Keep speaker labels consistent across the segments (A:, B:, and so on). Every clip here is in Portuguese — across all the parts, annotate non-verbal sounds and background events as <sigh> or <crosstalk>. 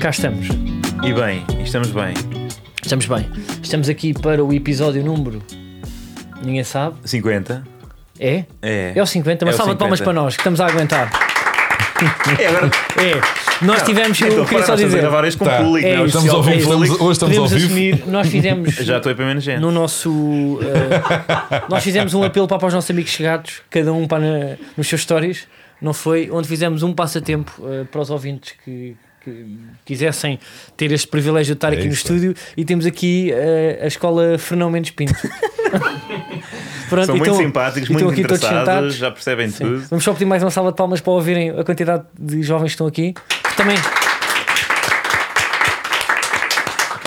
A: cá estamos.
B: E bem, estamos bem.
A: Estamos bem. Estamos aqui para o episódio número. Ninguém sabe.
B: 50?
A: É?
B: É.
A: É o 50, uma
B: É o
A: salva de palmas
B: 50.
A: para nós, que estamos a aguentar.
B: É, agora.
A: É. Nós tivemos.
B: Então,
A: eu
B: para,
A: queria só
B: nós estamos a
A: dizer.
B: gravar isto com
C: Tá.
B: público,
A: É
B: não é?
A: isso.
C: Estamos ao vivo,
A: Oficial,
C: estamos- hoje estamos ao
A: Podemos
C: vivo.
A: assumir. Nós fizemos.
B: <laughs> Já estou aí para menos gente.
A: no nosso.
B: <laughs>
A: eh, nós fizemos um apelo para, para os nossos amigos chegados, cada um para na- nos seus stories, não foi? Onde fizemos um passatempo eh, para os ouvintes que, que quisessem ter este privilégio de estar
C: É
A: aqui no
C: isso.
A: estúdio e temos aqui eh, a escola Fernão Mendes
B: <laughs>
A: Pinto. Pronto,
B: São muito
A: então-
B: simpáticos,
A: então
B: muito
A: aqui todos
B: interessados,
A: sentados.
B: já percebem
A: Sim.
B: tudo.
A: Vamos só pedir mais uma salva de palmas para ouvirem a quantidade de jovens que estão aqui. que Também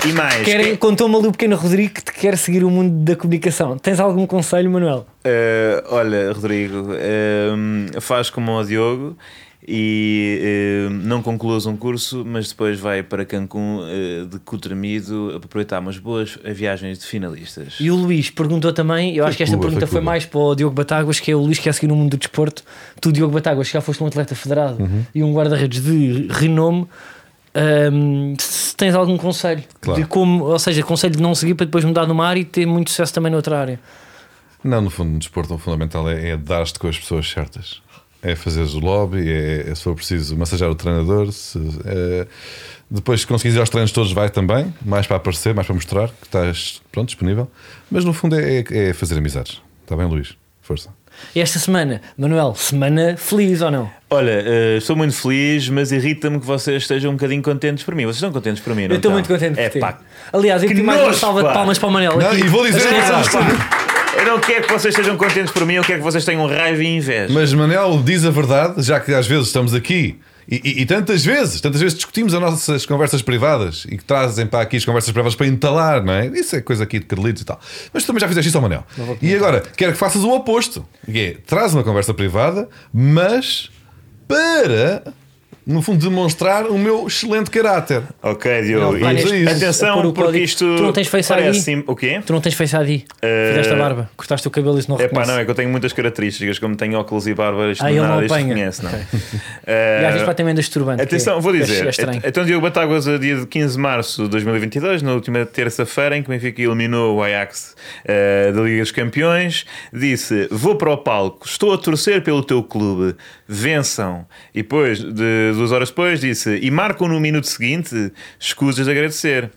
B: E mais.
A: querem, contou-me ali o pequeno Rodrigo que te quer seguir o mundo da comunicação. Tens algum conselho, Manuel?
B: Eh, olha, Rodrigo, eh, faz como o Diogo e eh, não concluas um curso, mas depois vai para Cancún eh, de cutramido aproveitar umas boas viagens de finalistas.
A: E o Luís perguntou também, eu acho que esta
C: Foi Cuba,
A: pergunta
C: foi
A: foi
C: Cuba.
A: mais para o Diogo Batáguas, que é o Luís que é seguir no mundo do desporto. Tu, Diogo Batáguas, já foste um atleta federado
C: Uhum.
A: e um guarda-redes de renome. hum, se tens algum conselho
C: Claro.
A: de como, ou seja, conselho de não seguir para depois mudar numa área e ter muito sucesso também noutra área.
C: Não, no fundo, no desporto, o fundamental é, é dar-te com as pessoas certas. É fazeres o lobby, é, é, se for preciso massagear o treinador. se, eh, depois, se conseguires ir aos treinos todos, vai também. Mais para aparecer, mais para mostrar que estás pronto, disponível. Mas no fundo, é, é- é fazer amizades. Está bem, Luís? Força.
A: E esta semana, Manuel, semana feliz ou não?
B: Olha, eh, estou muito feliz, mas irrita-me que vocês estejam um bocadinho contentes por mim. Vocês estão contentes por mim, não
A: eu estou
B: estão?
A: muito contente
B: é,
A: por ti.
B: Pá,
A: Aliás, eu
B: Que
A: pedi mais uma
B: nojo,
A: salva
B: pá.
A: de palmas para o Manuel.
C: Não,
A: aqui.
C: e vou dizer
A: As
C: a
A: crianças
C: verdade.
A: gostam.
B: eu não quero que vocês estejam contentes por mim, eu quero que vocês tenham raiva e inveja.
C: Mas Manel diz a verdade, já que às vezes estamos aqui e, e- e tantas vezes, tantas vezes discutimos as nossas conversas privadas e que trazem para aqui as conversas privadas para entalar, não é? Isso é coisa aqui de Carlitos e tal. Mas tu também já fizeste isso ao Manel. E agora, quero que faças o oposto. que é, traz uma conversa privada, mas para, no fundo, demonstrar o meu excelente caráter.
B: Ok, Diogo.
A: Não, pá,
B: e-
A: neste- a pôr
B: atenção,
A: o
B: porque
A: código.
B: isto.
A: Tu não tens Face ID?
B: parece- O quê?
A: Tu não tens Face ID. Fizeste a barba, cortaste o cabelo e isso não
B: É pá,
A: reconhece.
B: Eh, não, é que eu tenho muitas características, como tenho óculos e barba, isto
A: Ah, ele
B: não,
A: não
B: nada, isto
A: apanha.
B: conhece, não.
A: Ok.
B: Eh,
A: E às vezes vai também das turbante. que
B: Atenção,
A: é-
B: vou dizer.
A: É estranho.
B: então, Diogo Batáguas, a dia de 15 de março de 2022, na última terça-feira, em que o Benfica eliminou o Ajax eh, da Liga dos Campeões, disse: Vou para o palco, estou a torcer pelo teu clube, vençam. E depois, de, duas horas depois, disse: E marcam no minuto seguinte, escusas de agradecer.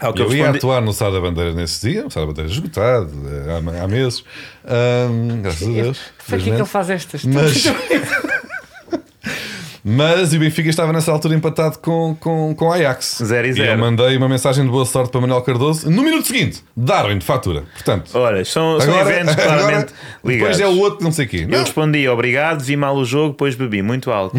C: Ah,
B: ok.
C: eu ia
B: Respondi-
C: atuar no Sá da Bandeira nesse dia, o Sá da Bandeira esgotado, eh, há, há meses. Ahm, graças a Deus.
A: Para que é que ele
C: felizmente.
A: faz estas?
C: Mas.
B: Então,
C: <laughs> Mas o Benfica estava nessa altura empatado com, com, com o Ajax.
B: Zero e zero.
C: eu mandei uma mensagem de boa sorte para Manuel Cardoso no minuto seguinte. Darwin de fatura. Portanto,
B: Olha, são, são eventos
C: <laughs> agora-
B: claramente ligados.
C: depois é o outro, não sei o quê.
B: Eu
C: Não,
B: respondi, obrigado, vi mal o jogo, depois bebi muito
A: <laughs>
B: álcool.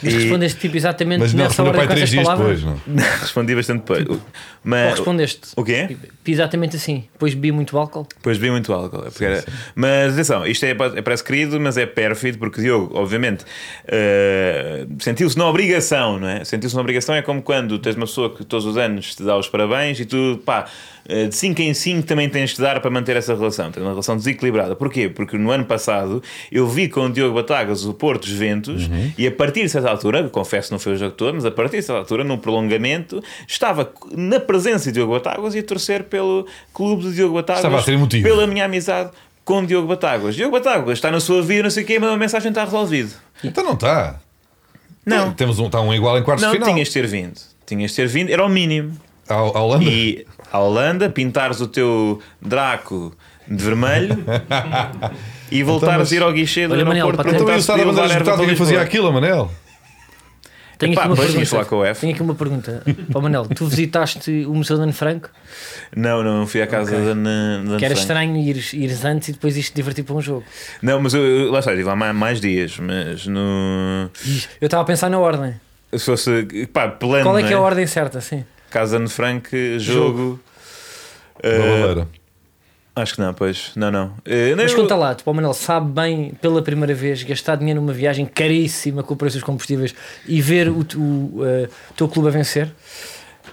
A: Mas <laughs> respondeste tipo exatamente
C: mas não,
A: nessa
C: respondeu
A: hora
C: pai
A: com
C: três
A: estas
C: dias
A: palavras.
C: depois.
B: <laughs>
C: Não. é?
B: respondi bastante depois. O- Mas,
A: Ou respondeste Tipo,
B: O quê?
A: exatamente assim. Depois bebi muito álcool.
B: Depois bebi muito álcool. é porque era- Mas atenção, isto é, é- parece querido, mas é pérfido, porque Diogo, obviamente, eh, sentiu-se na obrigação, não é? Sentiu-se na obrigação é como quando tens uma pessoa que todos os anos te dá os parabéns e tu, pá, eh, de 5 em 5 também tens de dar para manter essa relação. Tens uma relação desequilibrada. Porquê? Porque no ano passado eu vi com o Diogo Batagas o Porto Juventus e a partir de certa altura, eu confesso que não foi o jogo todo, mas a partir de certa altura, num prolongamento, estava na presença de Diogo Batagas e a torcer pelo clube de Diogo Batagas.
C: Estava a ter motivo.
B: Pela minha amizade com o Diogo Batáguas. Diogo Batáguas está na sua vida, não sei o quê, mas a mensagem está resolvida.
C: Então não está.
B: Não,
C: Temos um, está um igual em quartos
B: não
C: de final.
B: tinhas de ter vindo. Tinhas de ter vindo, era o mínimo.
C: A, a Holanda. <laughs>
B: E à Holanda, pintares o teu Draco de
C: <laughs>
B: vermelho e voltares
C: Então, mas-
B: a ir ao guichê do
A: Olha, Manel,
B: aeroporto
A: para
C: Então e
B: perguntar
C: o
B: se
C: Sá da
B: podia
C: Bandeira
B: usar erva
C: esgotado, quem
B: um para
C: fazia
B: Lisboa.
C: aquilo, Manel?
A: Tenho
B: Epá,
A: aqui, uma
B: pois, tinhas de falar
A: pergunta.
B: com o F.
A: Tenho aqui uma pergunta para o Manel. Tu visitaste o Museu de Anne Franco,
B: Não, não, fui à casa da Ana- da Ana
A: que era
B: Frank.
A: estranho ires, ires antes e depois isto divertir para um jogo.
B: Não, mas eu, eu- lá está, estive lá ma- mais dias, mas no.
A: Eu estava a pensar na ordem.
B: Se fosse. Pá, plano.
A: Qual é que é a
B: não
A: ordem certa? Sim.
B: Casa de Frank, jogo.
C: Da
B: eh,
C: Bandeira.
B: Acho que não, pois. Não, não. Eh, não,
A: Mas
B: eu-
A: conta lá, tipo, o Manuel sabe bem pela primeira vez gastar dinheiro numa viagem caríssima com o preço dos combustíveis e ver o, tu- o, eh, teu clube a vencer.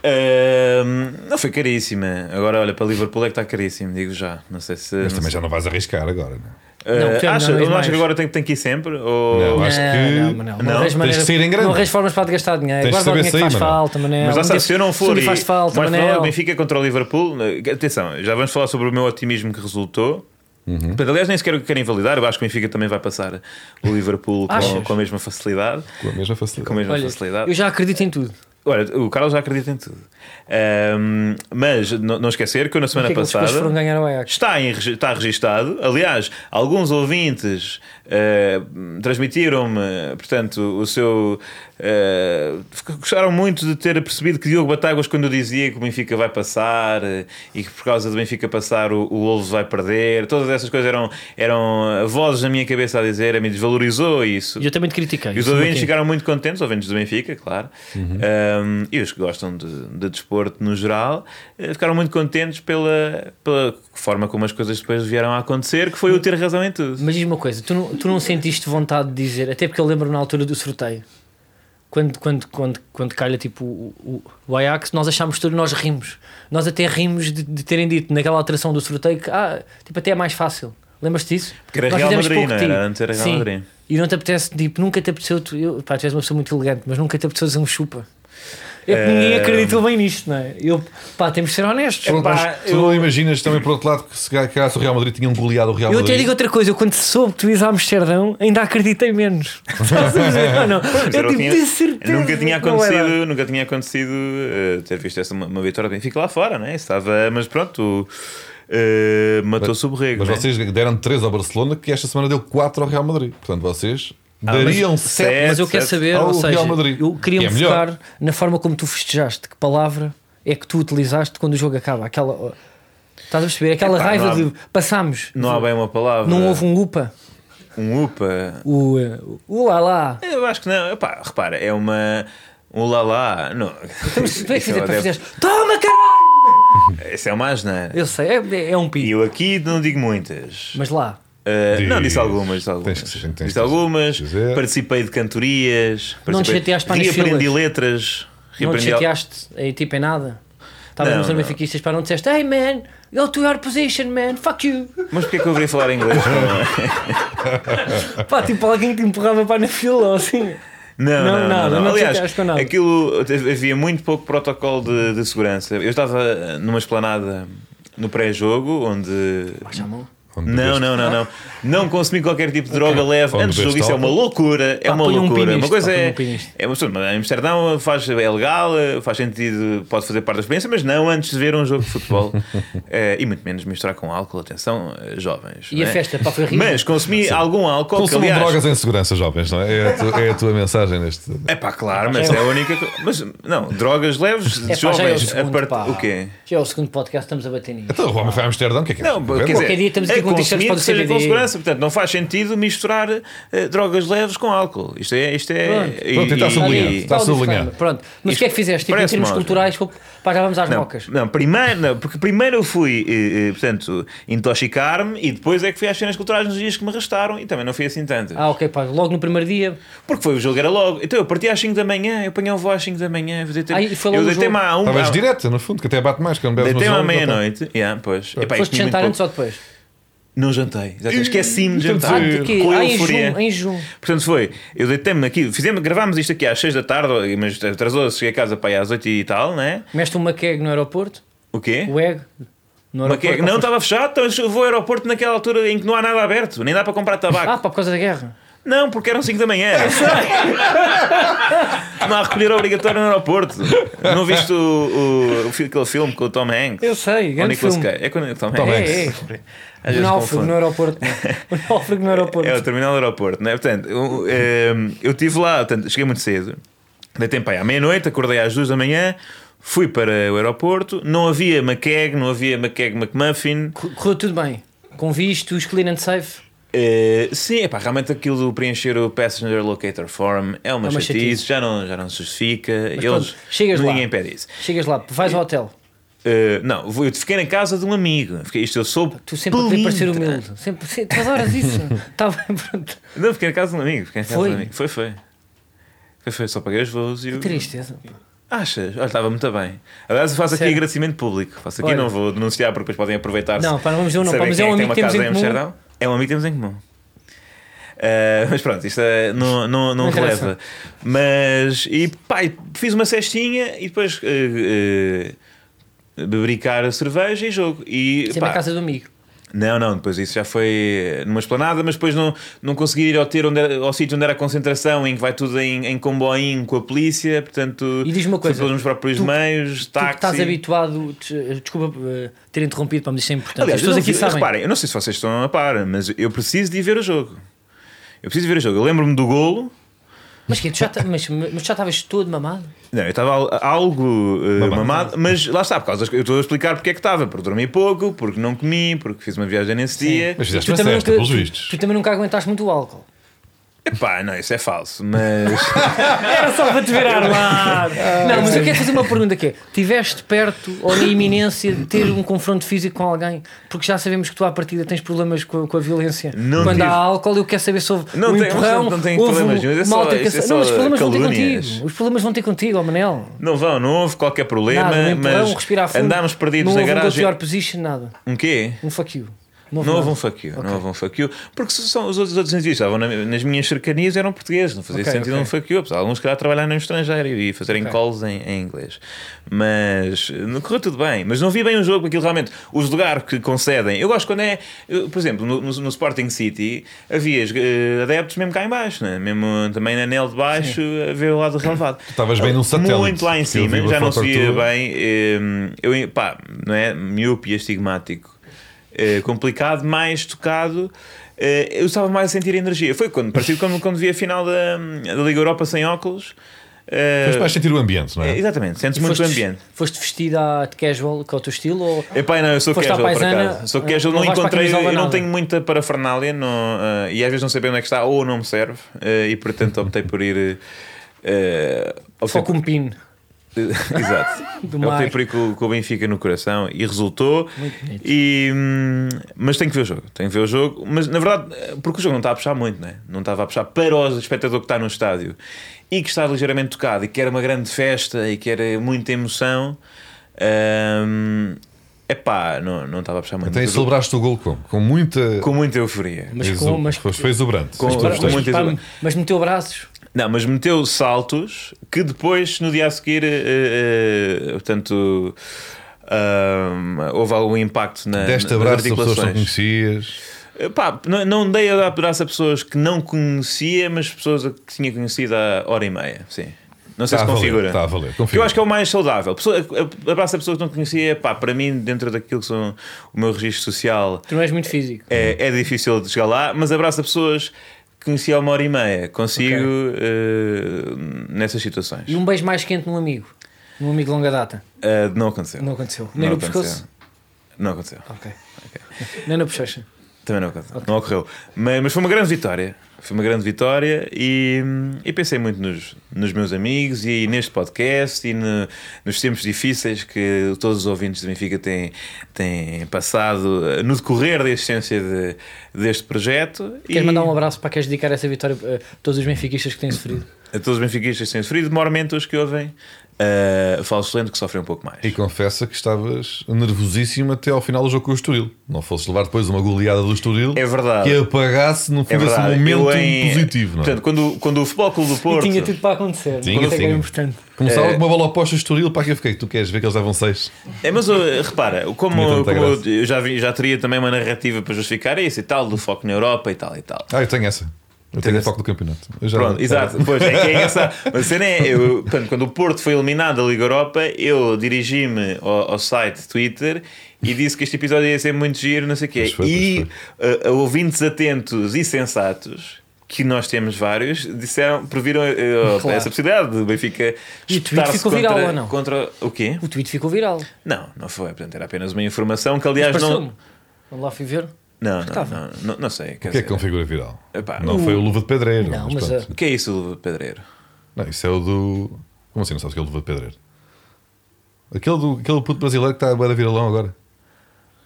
B: Eh, não foi caríssima. Agora, olha, para Liverpool é que está tá caríssimo, digo já. Não sei se.
C: Mas
B: não
C: também
B: sei-
C: já não vais arriscar agora, não é?
A: Não,
B: Uh,
A: Fernando,
B: acha,
A: não és
B: não acha
A: mais.
B: que agora tem, tem que ir sempre? Ou...
C: Não, acho que-
A: não, Manel, não,
B: Não,
A: arranjas
B: tens
A: maneiras-
C: que sair em grande.
A: Não arranjas formas para te gastar dinheiro.
C: Tens de
A: Guarda o
C: saber
A: dinheiro que faz
C: sair, Manel.
A: falta, Manel.
B: Mas lá
A: Um
B: está,
A: dia-
B: se eu não for.
A: um dia
B: e-
A: faz falta,
B: mais provável,
A: Manel.
B: Benfica contra o Liverpool. eh, Atenção, já vamos falar sobre o meu otimismo que resultou.
C: Uhum.
B: Portanto, aliás, nem sequer o quero invalidar. Eu acho que o Benfica também vai passar o Liverpool com,
A: Achas?
B: com a mesma facilidade.
C: Com a mesma
B: Com a
C: facilidade.
B: mesma
A: Olha,
B: facilidade. é
A: eu já acredito em tudo.
B: Olha, o Carlos já acredita em tudo. Ahm, mas n- não esquecer que eu na
A: O
B: semana
A: que é que eles depois
B: passada.
A: foram ganhar ao Ajax?
B: Está, em, regi- está registado. Aliás, alguns ouvintes eh, transmitiram-me, portanto, o seu. eh, gostaram muito de ter percebido que Diogo Batáguas, quando eu dizia que o Benfica vai passar eh, e que por causa do Benfica passar o, o Wolves vai perder, todas essas coisas eram, eram vozes na minha cabeça a dizer, me desvalorizou isso.
A: E eu também te critiquei.
B: E os
A: Isso é
B: ouvintes
A: não tem.
B: ficaram muito contentes, os ouvintes do Benfica, claro,
A: Uhum.
B: Um, e os que gostam de, de desporto no geral, eh, ficaram muito contentes pela, pela forma como as coisas depois vieram a acontecer, que foi eu ter razão em tudo.
A: Mas diz uma coisa, tu não, tu não sentiste vontade de dizer, até porque eu lembro na altura do sorteio, quando, quando, quando, quando calha tipo o, o- o Ajax, nós achámos tudo, nós rimos. Nós até rimos de, de terem dito naquela alteração do sorteio que ah, tipo, até é mais fácil. Lembras-te disso?
B: Porque era
A: Nós
B: Real
A: fizemos
B: Madrid,
A: pouco
B: não
A: tiro.
B: era? Antes era Real
A: Sim.
B: Madrid.
A: E não te apetece, tipo, nunca te apeteceu, tu, eu, pá, tu és uma pessoa muito elegante, mas nunca te apeteceu dizer um chupa. É que ninguém
B: Eh,
A: acreditou bem nisto, não é? Eu, pá, temos de ser honestos.
C: Tu não-
A: Pá,
C: mas tu não imaginas também, por outro lado, que se calhar o Real Madrid tinha um goleado o Real
B: Tá
A: eu
C: Madrid.
A: até digo outra coisa, eu quando soube que tu ias a Amsterdão, ainda acreditei menos.
B: <laughs>
A: Estás a ver ou não?
B: Mas
A: Eu
B: não
A: tive
B: tinha-
A: de certeza.
B: Nunca tinha
A: que não era.
B: acontecido, nunca tinha acontecido eh, ter visto essa uma, uma vitória do Benfica lá fora, né? Estava, mas pronto, eh, matou-se o borrego.
C: Mas
B: né?
C: vocês deram 3 ao Barcelona, que esta semana deu 4 ao Real Madrid. Portanto,
B: Ah,
C: vocês dariam 7.
A: Mas eu quero
B: certo.
A: saber,
C: Ao
A: ou seja,
C: Real Madrid.
A: eu queria-me
C: É melhor.
A: focar na forma como tu festejaste, que palavra é que tu utilizaste quando o jogo acaba. Aquela, estás a perceber? Aquela
B: Epá,
A: raiva
B: não há-
A: de passámos,
B: Não há bem uma palavra.
A: não houve um upa,
B: um upa.
A: o, eh, o lá lá.
B: Eu acho que não. Epá, repara, é uma. Um lalá. Não.
A: Mas
B: <laughs>
A: tu é que
B: Isso
A: fizeste,
B: deve-
A: fizeste, toma caralho!
B: Isso é uma asneira.
A: Eu sei, é, é um
B: E
A: pi,
B: eu aqui não digo muitas.
A: mas lá.
B: Ah, não,
C: Diz.
B: disse algumas. Disse algumas.
C: Tens que- tens que
B: disse algumas.
C: dizer.
B: Participei de cantorias.
A: Não te
B: participei-
A: chateaste para as
B: Reaprendi
A: filas?
B: letras.
A: Não te
B: reaprendi al-
A: chateaste aí, tipo, em nada? Estavas
B: Não,
A: nos
B: não.
A: benfiquistas para não disseste Hey man, go to your position man, fuck you
B: Mas porquê é que eu virei falar
C: <laughs>
B: inglês?
A: Pá, tipo alguém que te empurrava para na fila ou assim Não,
B: Não, não, não,
A: nada,
B: não.
A: não te
B: Aliás,
A: chateaste com nada.
B: aquilo havia muito pouco protocolo de, de segurança. Eu estava numa esplanada no pré-jogo, onde
A: Baixa a mão
C: Onde
B: Não,
C: deste-
B: não, não, não. Não consumi qualquer tipo de droga leve
C: Onde
B: antes do jogo. Isso
C: bebeste
B: é uma
C: álcool?
B: loucura. É
A: Pá,
B: uma
A: põe um
B: loucura.
A: pin nisto,
B: uma coisa
A: pá, põe
B: é.
A: um pin nisto.
B: é uma absurdo. Mas Amsterdão faz, é legal, eh, faz sentido, pode fazer parte da experiência, mas não antes de ver um jogo de
C: <laughs>
B: futebol. Eh, e muito menos misturar com álcool. Atenção, eh, jovens.
A: E a
B: não é?
A: festa, pá, foi horrível
B: Mas consumi algum álcool. que,
C: Consumam
B: aliás,
C: drogas em segurança, jovens, não é? É a, tu- é a tua mensagem neste.
B: É pá, claro, mas é a única. co- Mas não, drogas leves,
A: <laughs> É pá, já é o
B: jovens.
A: segundo,
B: part-
A: pá.
B: O quê?
A: Já é o segundo podcast, estamos a bater nisso
C: Então, o Roma foi a Amsterdão, o que é que é?
B: Não, quer
C: Bem,
B: dizer,
A: Qualquer dia estamos aqui
B: é
A: com um t-shirts
B: consumir
A: para o
B: que seja
A: CBD.
B: com segurança, portanto não faz sentido misturar eh, drogas leves com álcool. Isto é. Isto é
A: Pronto.
B: e-
C: Pronto, então,
B: e-
C: sublinhado.
B: e-
C: Está
A: Qual o disclaimer?
C: sublinhado.
A: Pronto, mas o
B: Isto
A: que é que fizeste? Tipo, em
B: parece
A: termos
B: mal.
A: culturais, pô, pá, já vamos às
B: Não,
A: Tá. mocas
B: não, primeiro, não, porque primeiro eu fui, eh, eh, portanto, intoxicar-me e depois é que fui às cenas culturais nos dias que me arrastaram e também não fui assim tanto.
A: Ah ok pá, logo no primeiro dia
B: Porque foi o jogo, era logo. Então eu parti às 5 da manhã, eu apanhei o voo às 5 da manhã, eu deitei-
A: Ai, Ah, e foi logo
B: eu
A: o
B: deitei-me
A: jogo.
B: à 1
C: Estavas direto, no fundo, que até bate mais, que não bebes
B: Deitei-me à
C: uma sola, então.
B: meia-noite. Yeah, pois. Epá, eu
A: Foste
B: comi muito
A: jantar antes
B: pouco.
A: ou depois?
B: Não jantei, exatamente. esqueci-me de jantar.
A: Ah, de quê?
B: Com
A: Ah, em
B: euforia.
A: junho, em junho
B: Portanto, foi. Eu deitei-me aqui, fizemos, gravámos isto aqui às 6 da tarde, mas atrasou-se, cheguei a casa para aí às 8 e tal, né?
A: Comeste um maqueg no aeroporto,
B: O quê?
A: o egg no
B: Mas
A: aeroporto
B: que é que-
A: tá
B: Não,
A: pá,
B: estava fechado, então eu vou ao aeroporto naquela altura em que não há nada aberto, nem dá para comprar
A: foste-
B: tabaco.
A: Ah pá, por causa da guerra
B: Não, porque eram 5 da manhã. não há recolher obrigatório no aeroporto. Não viste o, o- o fi- aquele filme com o Tom Hanks?
A: Eu sei,
B: Com o
A: grande
B: Nicolas
A: filme.
B: Cage. É com o Tom,
C: Tom
B: Hanks.
A: É, é.
B: Às
A: O
B: vezes
A: náufrago
B: confundo.
A: um no
B: <laughs>
A: aeroporto não é? O náufrago no aeroporto
B: É o terminal do aeroporto, né? Portanto, eu, eh, eu estive lá, portanto, cheguei muito cedo, dei tempo aí à meia-noite, acordei às duas da manhã, fui para o aeroporto, não havia maqueg, não havia maqueg McMuffin.
A: Cor- Correu tudo bem. Com vistos, clean and safe.
B: Eh, sim, epá, realmente aquilo de preencher o Passenger Locator Form é uma,
A: É uma
B: chatice,
A: chatice.
B: Já, não, já não se justifica.
A: Mas
B: Eles,
A: pronto, chegas lá.
B: ninguém pede isso.
A: Chegas lá, vais ao hotel.
B: Eh, não, eu fiquei na casa de um amigo. Fiquei, isto eu soube.
A: Tu sempre a querer parecer
B: pelintra.
A: humilde. Sempre, se- tu adoras
B: <laughs>
A: isso. Está bem, pronto.
B: Não, fiquei na casa de um amigo. Fiquei na casa
A: Foi?
B: De um amigo. Foi, foi. Foi, foi. Só paguei os voos e
A: Que
B: o-
A: tristeza. pá.
B: Achas? Olha, estava muito bem. Aliás, eu faço aqui
A: Sério?
B: agradecimento público. Faço aqui,
A: Olha.
B: não vou denunciar porque depois podem aproveitar-se.
A: Não, pá, não vamos dizer o nome,
B: Saber
A: pá, mas é um
B: quem que tem
A: amigo
B: uma
A: que temos
B: casa
A: em comum.
B: Amsterdão. É um amigo que temos em comum. Ah, mas pronto, isto é- não, não, não
A: Não interessa.
B: releva. Mas, e pá, e fiz uma cestinha e depois eh, eh, bebericar a cerveja e jogo. E,
A: Sempre
B: pá,
A: na casa do amigo.
B: não, não, depois isso já foi eh, numa esplanada, mas depois não, não consegui ir ao, ter onde era- ao sítio onde era a concentração, em que vai tudo em, em comboinho com a polícia, portanto.
A: E diz-me uma coisa,
B: Pelos meus próprios
A: tu-
B: meios,
A: Tu que
B: táxi.
A: estás habituado, te- desculpa eh, ter interrompido para me dizer importante.
B: Aliás,
A: As pessoas
B: eu não-
A: aqui sabem.
B: Reparem, eu não sei se vocês estão a par, mas eu preciso de ir ver o jogo. Eu preciso de ver o jogo. Eu lembro-me do golo.
A: Mas, que, é, tu já, ta- mas, mas tu já estavas todo mamado?
B: Não, eu estava al- algo eh,
C: Mamado.
B: mamado, mas lá está, por causa das, eu estou a explicar porque é que estava, porque dormi pouco, porque não comi, porque fiz uma viagem nesse dia.
C: Mas fizeste
A: Tu
C: uma
A: também,
C: cesta,
A: nunca,
C: pelos
A: tu-
C: vistos.
A: tu também nunca aguentaste muito o álcool.
B: Epá, não, isso é falso, mas.
A: Era só para te ver armado.
B: Ah,
A: Não, mas eu quero fazer uma pergunta que é: tiveste perto ou na iminência de ter um confronto físico com alguém? Porque já sabemos que tu à partida tens problemas com a, com a violência.
B: Não
A: Quando
B: tive.
A: há álcool, eu quero saber se houve
B: Não
A: um
B: tem-
A: empurrão,
B: não tem
A: houve
B: problemas, mas é
A: uma
B: só-
A: altercação.
B: isso é
A: não, mas os
B: só
A: problemas vão ter
B: calúnias.
A: contigo. Os problemas vão ter contigo, ó Manel.
B: Não vão, não houve qualquer problema,
A: Nada, um empurrão, um
B: mas
A: respirar fundo.
B: andámos perdidos
A: não
B: na
A: houve Um
B: garagem.
A: pior position, nada.
B: Um quê?
A: Um fuck you.
B: Não houve
A: nada.
B: um fuck you, não houve um fuck you, porque se são os outros, os outros indivíduos que estavam na- nas minhas cercanias eram portugueses, não fazia
A: Ok,
B: sentido
A: ok.
B: um fuck you, apesar de alguns que trabalhar no estrangeiro e fazerem
A: Ok.
B: calls em, em inglês. Mas eh, não correu tudo bem, mas não vi bem o jogo, aquilo realmente, os lugares que concedem, eu gosto quando é, eh, por exemplo, no, no- no Sporting City havia eh, adeptos mesmo cá em baixo, né? mesmo também na anel de baixo, a ver o lado relevado.
C: Estavas bem num satélite.
B: Muito lá em
C: porque eu vi
B: cima,
C: uma
B: já não se
C: foto
B: via
C: tua.
B: bem. eh, Eu, pá, não é? Miúpe e estigmático. eh, complicado, mais tocado. eh, Eu estava mais a sentir energia. Foi quando, parecido quando, quando vi a final da, da Liga Europa sem óculos. eh,
C: Mas vais sentir o ambiente, não é?
B: Exatamente, sentes
A: E
B: muito o
A: foste-
B: ambiente.
A: Foste vestida à de casual, que é o teu estilo? Ou...
B: Epá, não, eu sou
A: Foste à
B: casual por
A: paisana,
B: acaso. Sou
A: eh,
B: casual,
A: não
B: não,
A: vais para a
B: encontrei,
A: camisola
B: eu não
A: nada.
B: tenho muita parafernália não, eh, e às vezes não sei bem onde é que está ou não me serve eh, e portanto optei por ir. eh,
A: Só
B: optei
A: com um pino.
B: <laughs> Exato.
A: Do
B: Eu optei
A: mar.
B: por ir com, com o Benfica no coração e resultou. E, hum, mas tenho que ver o jogo. Tenho que ver o jogo. Mas na verdade, eh, porque o jogo não está a puxar muito, né? não estava a puxar para o espectador que está no estádio e que está ligeiramente tocado e que era uma grande festa e que era muita emoção. Hum, epá, não, não estava a puxar muito.
C: Então e
B: Mas eu-
C: celebraste o gol com, com muita.
B: Com muita euforia.
A: Mas
C: exu-
A: com. Mas,
C: Foi foi exubrante.
B: Com-
C: Mas
A: mas,
C: tu
B: com
C: gostaste.
B: muito
A: pá,
B: exuberante.
A: mas meteu braços.
B: Não, mas meteu saltos que depois, no dia a seguir, eh, eh, portanto, ah, houve algum impacto na,
C: Deste
B: nas
C: abraço a pessoas que não
B: articulações.
C: conhecias.
B: Eh, Pá, não, não dei a abraço a pessoas que não conhecia, mas pessoas que tinha conhecido há hora e meia, sim. Não sei se
C: Está Tá a valer,
B: configura.
C: está a valer,
B: Que eu
C: configura.
B: acho que é o mais saudável. Pessoa, a- a- abraço a pessoas que não conhecia, pá, para mim, dentro daquilo que são o meu registro social,
A: Tu não és muito físico.
B: é, é difícil de chegar lá, mas abraço a pessoas que conheci há uma hora e meia. Consigo eh, nessas situações.
A: E um beijo mais quente num amigo. Num amigo de longa data.
B: Eh, não aconteceu.
A: Não aconteceu. Nem no
B: aconteceu.
A: pescoço.
B: Não aconteceu.
A: Ok. Nem na bochecha.
B: Também não aconteceu. Não ocorreu. Mas, mas foi uma grande vitória. Foi uma grande vitória e, e pensei muito nos, nos meus amigos e neste podcast e no- nos tempos difíceis que todos os ouvintes do Benfica têm, têm passado eh, no decorrer da existência de- deste projeto.
A: Queres
B: e...
A: mandar um abraço para queres dedicar essa vitória eh, a todos os benfiquistas que têm sofrido?
B: a todos os benfiquistas que têm sofrido, maiormente os que ouvem uh, Falso Lento, que sofrem um pouco mais.
C: E confessa que estavas nervosíssimo até ao final do jogo com o Estoril. Não fosses levar depois uma goleada do Estoril
B: É verdade.
C: que apagasse no fim
B: É
C: desse
B: verdade.
C: um momento
B: Eu em-
C: positivo. Não é?
B: Portanto, quando, quando o Futebol Clube do Porto.
A: E tinha tudo para acontecer.
C: Tinha,
A: Isso é que era
C: tinha.
A: importante.
B: eh,
C: Começava com uma bola oposta ao Estoril, para que eu fiquei? Tu queres ver que eles davam seis?
B: É, mas uh, repara,
C: Tinha
B: como,
C: tanta
B: como
C: graça.
B: eu já, vi- já teria também uma narrativa para justificar isso e tal, do foco na Europa e tal e tal.
C: Ah, eu tenho essa. Eu tenho a
B: essa.
C: foco do campeonato. Eu já-
B: Pronto, exato. Pois é, que é essa.
C: <laughs>
B: Mas a cena é, eu, portanto, quando o Porto foi eliminado da Liga Europa, eu dirigi-me ao, ao site Twitter e disse que este episódio ia ser muito giro, não sei o quê.
C: Pois foi,
B: e a- a ouvintes atentos e sensatos. Que nós temos vários, disseram, previram eh,
A: Claro.
B: essa possibilidade do Benfica
A: E o tweet
B: espetar-se
A: ficou
B: contra,
A: viral ou não?
B: contra o quê?
A: O tweet ficou viral.
B: Não, não foi, portanto, era apenas uma informação que, aliás,
A: Pareceu-me.
B: não.
A: Quando lá fui ver. É
B: Não, não,
A: Estava.
B: não, não, não sei. Quer
C: O que é
B: dizer,
C: que configura viral?
B: Epá,
C: não foi o Luva de Pedreiro.
A: Não,
C: mas
A: mas,
C: pronto.
B: o que é isso, Pedreiro?
C: Não, isso é o do. Como assim não sabes o que é o Luva de Pedreiro? Aquele, do, aquele puto brasileiro que está a beira viralão agora.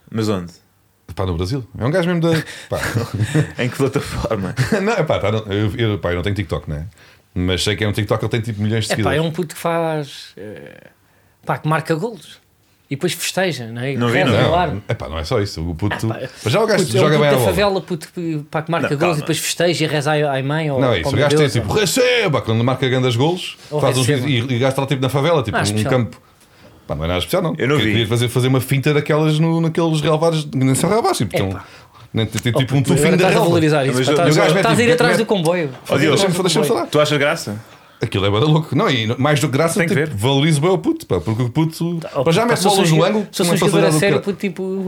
B: Mas
C: <laughs>
B: onde?
C: Pá, no Brasil. É um gajo mesmo da. Pá.
B: Em que plataforma?
C: <laughs> não, é pá, tá no- eu, eu, pá, eu não tenho TikTok, né? Mas sei que é um TikTok, ele tem tipo milhões de
A: É pá,
C: seguidores.
A: é um puto que faz. eh, pá, que marca golos. E depois festeja, não é?
B: Não vi,
A: Reza
B: não.
A: ao ar.
C: Epá, não é só isso. O puto.
A: pá,
C: Mas já o gajo
A: Puto, é um
C: joga
A: puto
C: bem à
A: da
C: bola.
A: favela, puto, que- pá, que marca
B: Não,
A: gols
B: calma.
A: e depois festeja e reza à à mãe ou
C: Não é
A: ao
C: isso. O
A: meu
C: gajo tem
A: Deus,
C: tipo,
A: ou-
C: receba! Quando marca grandes golos,
A: Ou
C: faz uns,
A: receba.
C: e, e gasta lá tipo na favela, tipo
A: Não é
C: um
A: especial.
C: campo. Pá, não é nada especial, não.
B: Eu não
C: Queria-
B: vi.
C: Queria fazer, fazer uma finta daquelas no, naqueles relevados, nem são relevados, tipo, tem um-
A: Epá.
C: nem- tem- tem
A: Oh,
C: tipo um
A: puto, agora
C: tufinho da
A: Estás a
C: relva.
A: valorizar isso.
B: Mas
A: pá,
B: eu-
A: Estás
C: eu um gajo
A: estás a ir
C: mete- tipo,
A: atrás do
C: mete-
A: comboio.
B: Ó, Diogo,
C: Deixa-me deixa-me falar.
B: Tu achas graça?
C: Aquilo é bada louco. Não, e no- mais do que graça,
B: Tem que
C: tipo,
B: ver.
C: valorizo bem o puto, pá, porque o puto.
A: Oh,
C: para já um
A: pá,
C: mete
A: se eu sou
C: bolas
A: joga-
C: no ângulo,
A: Se eu
C: não
A: sou
C: é
A: jogador a
C: facilidade do
A: sério,
C: cara.
A: puto,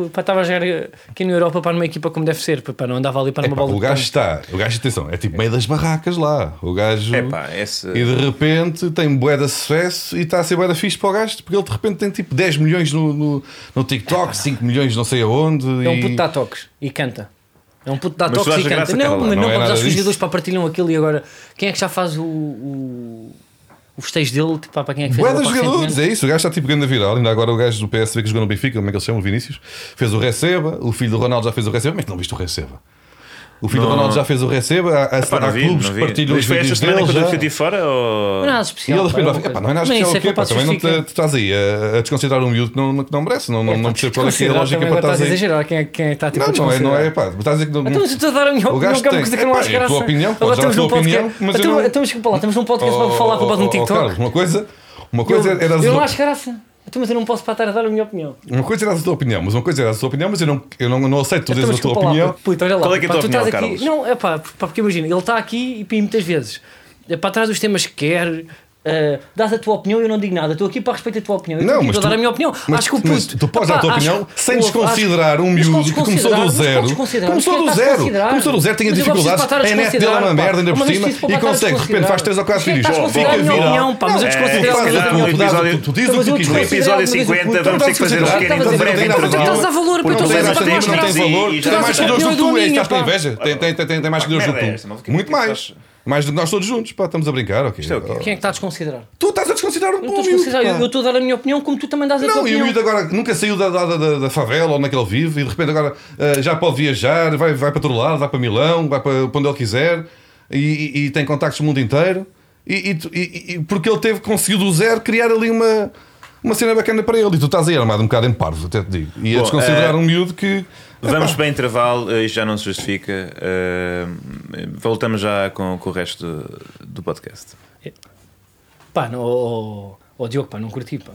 A: tipo, pá, estava a jogar eh, aqui na Europa para numa equipa como deve ser, pá, não andava ali para
C: Epá,
A: numa bola.
C: É
A: de
C: o gajo
A: campo.
C: está, o gajo, atenção, é tipo meio das barracas lá. O gajo.
A: É
B: Epá, esse-
C: Uhum. E de repente tem bué de sucesso e está a ser bué da fixe para o gajo, porque ele de repente tem tipo 10 milhões no, no, no TikTok, 5 milhões não sei aonde.
A: É um
C: e...
A: puto dá toques e canta. É um puto dá
B: Mas tu
A: toques
B: achas
A: e canta.
B: graça,
A: Não,
B: cara,
A: mas
C: não
A: não,
C: é
A: vamos
C: nada
A: aos
C: disso.
A: jogadores para partilham aquilo e agora. Quem é que já faz o. o... O festejo dele, tipo, pá, para quem é que fez
C: Bué
A: o
C: de
A: Europa
C: jogadores,
A: recentemente?
C: é isso. O gajo está tipo grande viral. Ainda agora o gajo do PSV que jogou no Benfica, como é que ele se chama? O Vinícius, fez o Receba. O filho do Ronaldo já fez o Receba. Mas não viste o Receba? O filho do
B: Não.
C: Ronaldo já fez o Receba. Há, há-
B: Pá,
C: há
B: não vi,
C: clubes
B: não
C: que
B: vi.
C: partilham
B: Mas
C: os
B: foi esta
C: vídeos
B: semana
C: dele.
B: que eu
C: já.
B: estive fora?
A: Não
B: Ou...
A: é nada
C: E
A: especial.
C: ele de
A: pá, é uma
C: repente,
A: coisa.
C: "Epá, não é nada
A: Mas
C: especial
A: isso
C: o quê?
A: é
C: pá?
A: capaz de
C: Também não te,
A: justificar.
C: te estás aí a, a desconsiderar um miúdo que não, que não merece. Não, não, não percebo qual é, que é a lógica para
A: estás
C: estás
A: a
C: aí.
A: exagerar quem é quem é que está tipo,
C: Não,
A: a
C: não é, não é,
A: desconsiderar.
C: pá. Estás a dizer que não.
A: Então, mas eu estou a dar a minha
C: O
A: opinião,
C: gajo
A: que é uma
C: tem-
A: coisa que não
C: Epá,
A: acho
C: é a
A: graça.
C: tua opinião,
A: Agora
C: podes dar a
A: estamos num
C: tua opinião,
A: podcast.
C: mas eu
A: Então,
C: não-
A: então, desculpa lá, estamos num podcast para falar com o botão
C: oh,
A: do
C: Carlos,
A: TikTok.
C: uma coisa. Uma coisa era
A: Eu eu não acho graça. Então, mas eu não posso para estar a dar a minha opinião.
C: Uma coisa era a tua opinião, mas uma coisa era a tua opinião, mas eu não, eu não, não aceito tu
A: Então,
C: dizes a tua
A: desculpa lá,
C: opinião.
A: puto, olha lá,
B: Qual é que é a
A: pá,
B: tua
A: tu estás
B: opinião,
A: aqui-
B: Carlos?
A: Não, é pá, pá, porque imagina, ele está aqui e muitas vezes é para trás dos temas que quer. eh, dás a tua opinião e eu não digo nada. Estou aqui para respeitar a tua opinião. Eu
C: Não,
A: estou aqui
C: mas
A: para
C: tu-
A: dar a minha opinião.
C: mas-
A: acho que o
C: mas
A: puto.
C: tu podes dar a tua
A: Epá, acho-
C: opinião sem
A: ouve,
C: desconsiderar
A: acho-
C: um
A: mas
C: miúdo
A: podes
C: que começou do
A: considerar, mas
C: zero.
A: podes considerar,
C: Começou
A: mas
C: do
A: quem está a
C: zero.
A: desconsiderar?
C: Começou do zero, tinha
A: Mas eu gosto disso
C: dificuldades,
A: para estar a
C: a net dele é uma
A: desconsiderar, pá.
C: merada ainda por
A: Mas isto para
C: cima e
A: estar a
C: consegue, de repente
A: desconsiderar.
C: faz 3 ou 4
A: Mas quem está
C: vídeos.
A: a
C: Fica
A: desconsiderar a minha opinião,
C: viral.
A: pá, mas eu
C: Não,
A: desconsidero
C: é,
A: a
C: fazes
A: minha
C: tu,
A: opinião.
C: tu dás o que Tu dizes
A: Mas
C: o
A: eu
B: No
C: que quiseres.
A: desconsidero-
B: episódio
A: Mas eu-
B: 50
A: Então,
B: vamos ter que fazer um
A: estás a
B: pequeno
A: dizer-
B: breve
A: estás a
B: intervalo.
A: dar valor,
C: Porque
A: pá,
C: não
A: tu
C: tem
A: dás
C: mais
A: opinião
C: seguidores,
A: do
C: não tem valor.
B: Minha,
C: Tu Tem mais
A: pá.
C: seguidores do que tu, é isso que
A: Minha,
C: estás com
A: pá.
C: inveja. Tem- tem- tem- Tem tem
B: Ah,
C: mais seguidores do
B: merda é
C: que
B: esta, maluco,
C: tu.
B: que
C: Muito
B: que é que
C: mais. Mais do que nós todos juntos, pá, estamos a brincar, ok.
B: Isto é o quê?
A: Quem é que está a desconsiderar?
C: Tu estás a desconsiderar um
A: Eu estou
C: bom
A: a
C: miúdo.
A: desconsiderar. Eu-
C: pá.
A: Eu estou a dar a minha opinião como tu também dás a tua
C: Não, e o
A: opinião.
C: miúdo agora nunca saiu da, da, da- da favela onde é que ele vive e de repente agora ah, já pode viajar, vai, vai para todo lado, vai para Milão, vai para, para onde ele quiser e, e- e tem contactos no mundo inteiro. E, e tu- e- e- porque ele teve, conseguiu do zero criar ali uma, uma cena bacana para ele. E tu estás aí armado um bocado em parvo, até te digo. E a
B: Bom,
C: desconsiderar
B: eh,
C: um miúdo que.
B: Vamos para intervalo, eh, isto já não se justifica. eh, Voltamos já com com o resto do- do podcast.
A: Pá, não, ó, ó, ó, Diogo, pá, não curti, pá.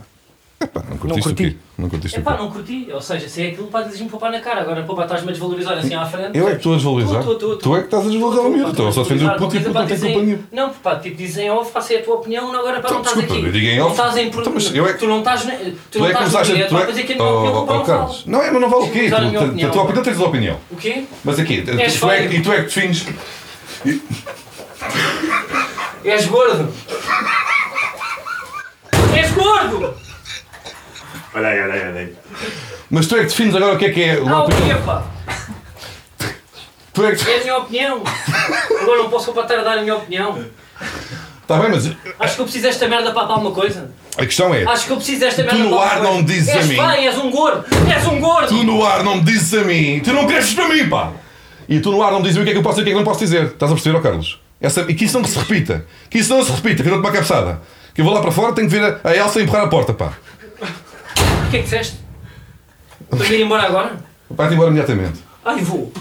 C: Epá, não curtiste
A: não
C: o quê?
A: curti.
C: Não curtiste
A: É
C: o quê?
A: pá, não curti. Ou seja, se é aquilo, pá, dizes-me poupar na cara. Agora, pá, estás-me a desvalorizar assim à frente.
C: Eu é que estou a desvalorizar.
A: Tu, tu, tu, tu.
C: Tu é que estás a desvalorizar o miúdo. Estou só a defender o puto e o puto não tem culpa nenhuma.
A: Não, pá, tipo, dizem off, pá, se é a tua opinião, não, agora, pá,
C: Então,
A: não estás
C: desculpa,
A: aqui.
C: eu digo em
A: não
C: off.
A: estás em... pro-
C: Então, mas eu é que-
A: Tu não estás... ne- Tu não
C: que
A: estás no
C: começaste a-
A: direto,
C: tu é-
A: pá, dizer que a minha opinião,
C: Oh,
A: pá,
C: oh,
A: não
C: Carlos,
A: falo.
C: Não, é, mas não vale o quê?
A: Vou dar a minha
C: Tu- tu- A
A: opinião.
C: tua opinião tens a opinião.
A: O quê?
C: Mas aqui, tu,
A: És
C: tu é,
A: feio.
C: e tu é que defines.
A: És gordo! És gordo!
B: Olha aí, olha aí, olha aí.
C: Mas tu é que defines agora o que é que é uma
A: Ah, o
C: opinião.
A: quê, pá?
C: Tu é que.
A: É a minha opinião. Agora não posso comparar a dar a minha opinião.
C: Está Tá bem, mas
A: Acho que eu preciso desta merda para para alguma coisa.
C: a questão é.
A: Acho que eu preciso desta merda
C: no
A: para
C: ar
A: alguma coisa.
C: não dizes a
A: és
C: mim.
A: feio, és um gordo. És um gordo.
C: Tu no ar não me dizes a mim. Tu não cresces para mim, pá. E tu no ar não me dizes a mim o que é que eu posso e o que é que não posso dizer. Estás a perceber, ó Carlos? Essa, e que isso não se repita. Que isso não se repita. Que eu dou-te uma cabeçada. Que eu vou lá para fora, tenho que ver a, a Elsa empurrar a porta, pá.
A: O que é que disseste? Para ir embora agora?
C: Vai-te embora imediatamente.
A: Ai, vou.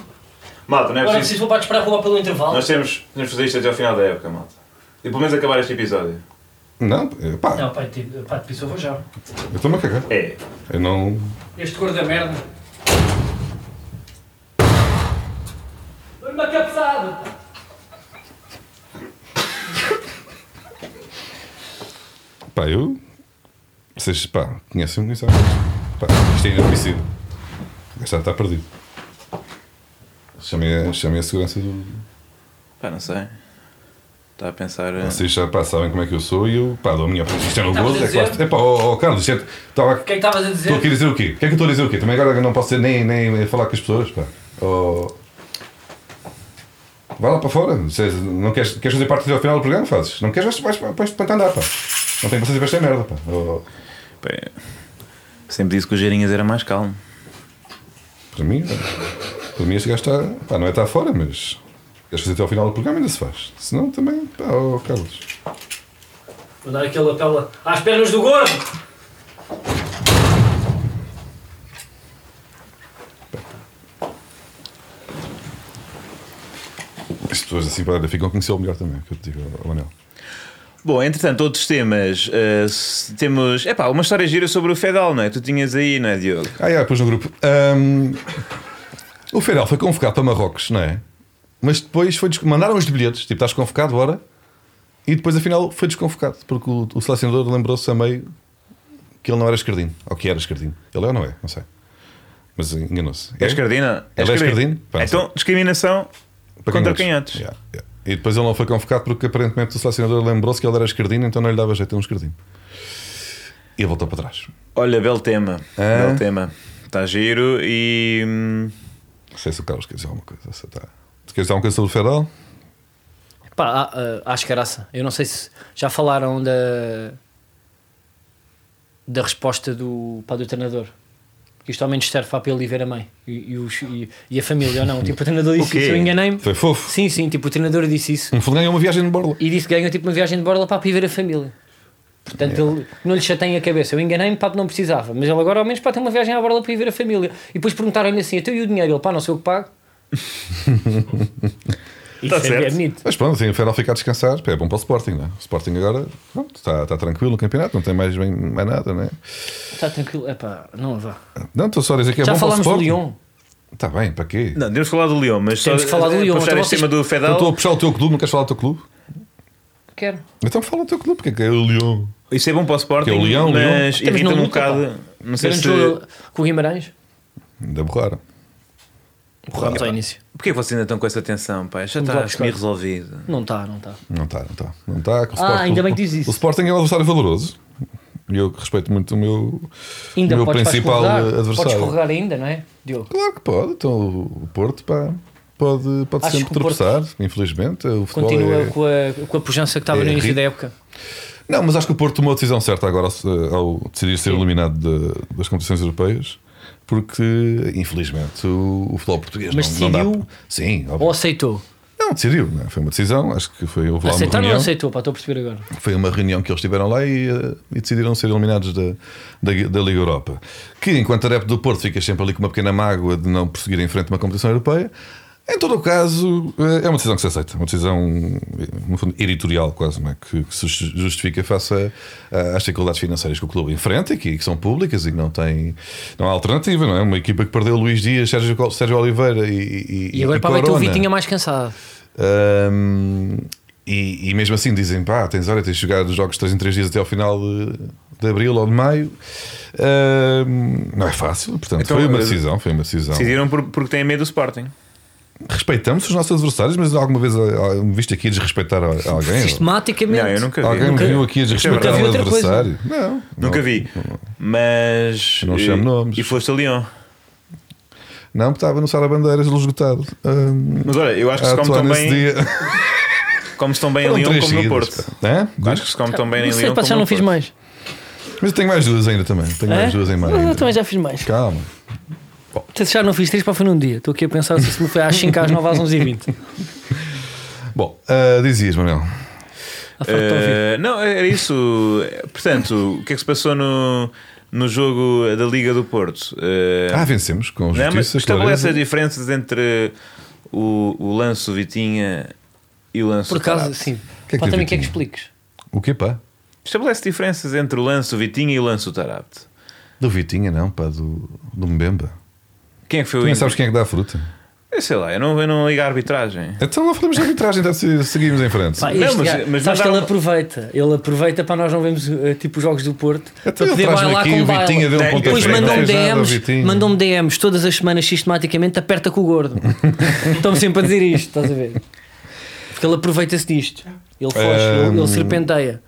B: Malta, não é
A: Agora
B: preciso.
A: preciso voltar a esperar a roubar pelo intervalo.
B: Nós temos temos de fazer isto até ao final da época, malta. E pelo menos acabar este episódio.
C: Não, eh, pá,
A: Não, pai, tipo, pá, de piso eu vou já.
C: eu estou-me a cagar.
B: É.
C: Eu não.
A: Este gordo da merda. Dou-lhe uma cabeçada.
C: Pá, eu. Vocês, pá, conhecem-me e sabem. Pá, isto é inadmissível. O gajo está perdido. Chamei a, chamei a segurança do.
B: Pá, não sei. Está a pensar. eh,
C: Vocês já pá, sabem como é que eu sou e eu, pá, dou a minha. Isto é no
A: Estavas
C: gozo,
A: a
C: é
A: dizer?
C: claro. É pá, ó ó, Carlos, isto é- estava.
A: O que é que estavas a dizer?
C: Estou aqui a dizer o quê? O que é que eu estou a dizer o quê? Também agora não posso ser nem, nem falar com as pessoas, pá. Ó. Vai lá para fora. Se- Não queres, queres fazer parte até ao final do programa? Fazes. Não queres, vais, vais, vais para andar, pá. Não tem paciência para esta merda, pá. Ó,
B: pá, Sempre disse que o Geirinhas era mais calmo.
C: Para mim, para mim este gajo está. Pá, não é estar fora, mas. Queres fazer até ao final do programa? Ainda se faz. Se não, também. Pá, ó Carlos.
A: Vou dar aquele apelo às pernas do gordo.
C: pessoas assim para ficam a conhecê-lo melhor também, é que eu te digo, ó, Manel.
B: Bom, entretanto, outros temas. eh, se- temos. Epá, uma história gira sobre o Fedal, não é? Tu tinhas aí, não é, Diogo?
C: Ah, é, pôs no grupo. Ahm, o Federal foi convocado para Marrocos, não é? Mas depois foi desco- mandaram os bilhetes, tipo, estás convocado, bora. E depois, afinal, foi desconvocado, porque o, o selecionador lembrou-se a meio que ele não era esquerdino, ou que era esquerdino. Ele é ou não é? Não sei. Mas enganou-se.
B: É escardina?
C: Ele é escardino? Pá, não
B: Então, discriminação
C: Para
B: contra
C: canhotos.
B: canhotos.
C: Yeah, yeah. E depois ele não foi convocado porque aparentemente o selecionador lembrou-se que ele era esquerdino, então não lhe dava jeito a um esquerdino. E ele voltou para trás.
B: Olha, belo tema.
C: Ah.
B: Belo tema. Está giro e. hum,
C: Não sei se o Carlos quer dizer alguma coisa. se Tá. Tu queres dizer alguma coisa sobre o Federal?
A: Pá, ah, ah, acho caraça. Eu não sei se já falaram da da resposta do, pá, do treinador. Que isto ao menos serve para ele ver a mãe e, e os- e- e a família, ou não?
B: <laughs>
A: Tipo, o treinador disse
B: O quê?
A: isso, eu enganei-me.
C: Foi fofo.
A: Sim, sim, tipo, o treinador disse
C: <laughs>
A: isso.
C: No fundo ganhou Um é uma viagem de borla.
A: E disse que ganhou tipo uma viagem de borla para ir ver a família. Portanto,
B: É.
A: ele não lhe chateia a cabeça. Eu enganei-me, pá, não precisava. Mas ele agora, ao menos, pá, tem uma viagem à borla para ir ver a família. E depois perguntaram-lhe assim: até e o dinheiro? Ele, pá, não sei o que
B: <laughs>
A: pago. Isso
B: Tá
A: é-
B: certo.
A: é bonito.
C: Mas pronto, assim, o Federal fica a descansar. É bom para o Sporting, não é? O Sporting agora pronto, está, está tranquilo no campeonato, não tem mais, bem, mais nada, não é?
A: Está Tá tranquilo. Epá, não vá.
C: Não, estou só a dizer que é
A: Já
C: bom
A: falámos
C: para o
A: do
C: Sporting.
A: Lyon.
C: Está bem, para quê?
B: Não, devemos falar do Leão, mas
A: Temos
B: só. eh,
A: que falar do Lyon,
B: Puxar
A: então
B: este
A: vocês-
B: tema do
C: Eu
B: Fedal.
C: estou a puxar o teu clube, não queres falar do teu clube?
A: Quero.
C: Então fala do teu clube, porque é que é o Lyon.
B: Isso é bom para o Sporting,
C: Que é o Leão,
B: mas
A: Leão.
B: irrita-me um
A: Estamos na luta,
B: bocado. Não sei
A: Grande
B: se. é
A: jogo com o Guimarães.
C: Ainda borraram.
A: Corremos ao início.
B: Porquê vocês ainda estão com essa tensão, pai? Já
A: Vamos lá
B: está
A: buscar.
B: meio resolvido.
A: Não está, não tá. está.
C: Não está, não está. Não está. que o
A: Ah, ainda bem que diz isso.
C: O Sporting é um adversário valoroso. E eu respeito muito o meu,
A: Ainda
C: o meu
A: podes pá,
C: principal
A: escorregar.
C: eh,
A: Podes
C: adversário.
A: escorregar ainda, não é, Diogo?
C: Claro que pode. Então o Porto pá, pode, pode
A: Acho
C: sempre
A: que o Porto-
C: tropeçar, infelizmente. O futebol
A: Continua
C: é...
A: com, a, com a pujança que estava
C: é
A: no início
C: rico.
A: da época.
C: Não, mas acho que o Porto tomou a decisão certa agora ao, ao decidir ser eliminado de- das competições europeias. Porque, infelizmente, o, o futebol português
A: Mas
C: não, não dá.
A: decidiu?
C: Sim, óbvio.
A: Ou aceitou?
C: Não, decidiu. Não é? Foi uma decisão. Acho que foi houve lá uma
A: Aceitaram ou não
C: reunião.
A: aceitou? Pá, estou a perceber agora.
C: Foi uma reunião que eles tiveram lá e, eh, e decidiram ser eliminados da, da, da Liga Europa. Que, enquanto adepto do Porto, ficas sempre ali com uma pequena mágoa de não prosseguir em frente a uma competição europeia. Em todo o caso, eh, é uma decisão que se aceita, uma decisão, eh, no fundo, editorial quase, não é? que, que se ju- justifica face a- a- às dificuldades financeiras que o clube enfrenta e que, que são públicas e que não, tem, não há alternativa. Não é? Uma equipa que perdeu Luís Dias, Sérgio, Col- Sérgio Oliveira e, e,
A: E agora para ver que o
C: Corona.
A: Vitinha mais cansado.
C: Um, e, e mesmo assim dizem, pá, tens hora, tens de jogar os jogos 3 em 3 dias até ao final de, de abril ou de maio. Um, não é fácil, portanto,
B: Então,
C: foi uma
B: eh,
C: decisão, foi uma decisão.
B: Decidiram por- porque têm medo do Sporting.
C: Respeitamos os nossos adversários, mas alguma vez ah, ah, viste aqui a desrespeitar a- a alguém?
A: Sistematicamente.
B: Não, eu nunca vi.
C: Alguém
B: nunca
C: me viu aqui a
B: Nunca
C: desrespeitar
A: vi
C: um
A: outra coisa.
C: adversário? Não,
B: Nunca
C: não,
B: vi. Mas.
C: Não
B: eh,
C: chamo nomes.
B: E foste a Lyon.
C: Não, porque estava no Sara Bandeiras, esgotado. Um,
B: Mas olha, eu acho que
C: a
B: se come
C: atuar
B: tão
C: nesse
B: bem,
C: dia.
B: come-se tão
C: <laughs>
B: bem em
C: Foram
B: Lyon
C: três
B: como no
C: seguidas,
B: Porto.
C: pá. Hã?
B: Acho que se come tão bem em
A: Não sei,
B: Lyon
A: pá,
B: como
A: já
B: no
A: não fiz
B: Porto.
A: mais.
C: Mas eu tenho mais duas ainda também. Tenho
A: É?
C: mais duas em
A: Mas
C: maio.
A: Eu
C: ainda.
A: também já fiz mais.
C: Calma.
A: Se já não fiz três, pá, foi num dia. Estou aqui a pensar se isso foi às 5, às 9, às 11 e 20.
C: Bom, ah, dizias, Manuel.
A: Ah, farto de ouvir.
B: Eh, não, era isso. Portanto, o que é que se passou no, no jogo da Liga do Porto? Eh,
C: Ah, vencemos com
B: não, mas é
C: justiça.
B: estabelece
C: clareza.
B: as diferenças entre o, o lance do Vitinha e o lance
A: Por
B: do
A: acaso,
B: Tarapte.
A: sim.
C: que é que
A: Pá,
C: tem
A: também o que é que
C: Vitinha?
A: expliques?
C: O quê, pá?
B: Estabelece é diferenças entre o lance do Vitinha e o lance do Tarapte.
C: Do Vitinha, não, pá, do, do Mbemba.
B: Quem é que foi
C: Tu
B: o
C: nem
B: índice?
C: sabes quem é que dá a fruta.
B: Eu sei lá, eu não, eu não ligo à arbitragem.
C: Então não falamos de arbitragem, então se- seguimos em frente.
A: Pá,
B: Não,
A: este
B: mas-
A: gajo-
B: mas
A: sabes que
B: mandaram-
A: ele aproveita. Ele aproveita para nós não vermos eh, tipo os jogos do Porto.
C: Então
A: para
C: ele
A: poder
C: traz-me
A: bailar
C: aqui
A: com
C: o
A: baila.
C: Vitinha, deu um
B: Tem-
C: ponto
A: Depois
B: Sim,
A: mandam-me
B: não
A: DMs, mandam DMs todas as semanas sistematicamente, aperta com o gordo. <laughs> Estão-me sempre a dizer isto, estás a ver? Porque ele aproveita-se disto. Ele foge, ele,
C: Ehm,
A: ele serpenteia.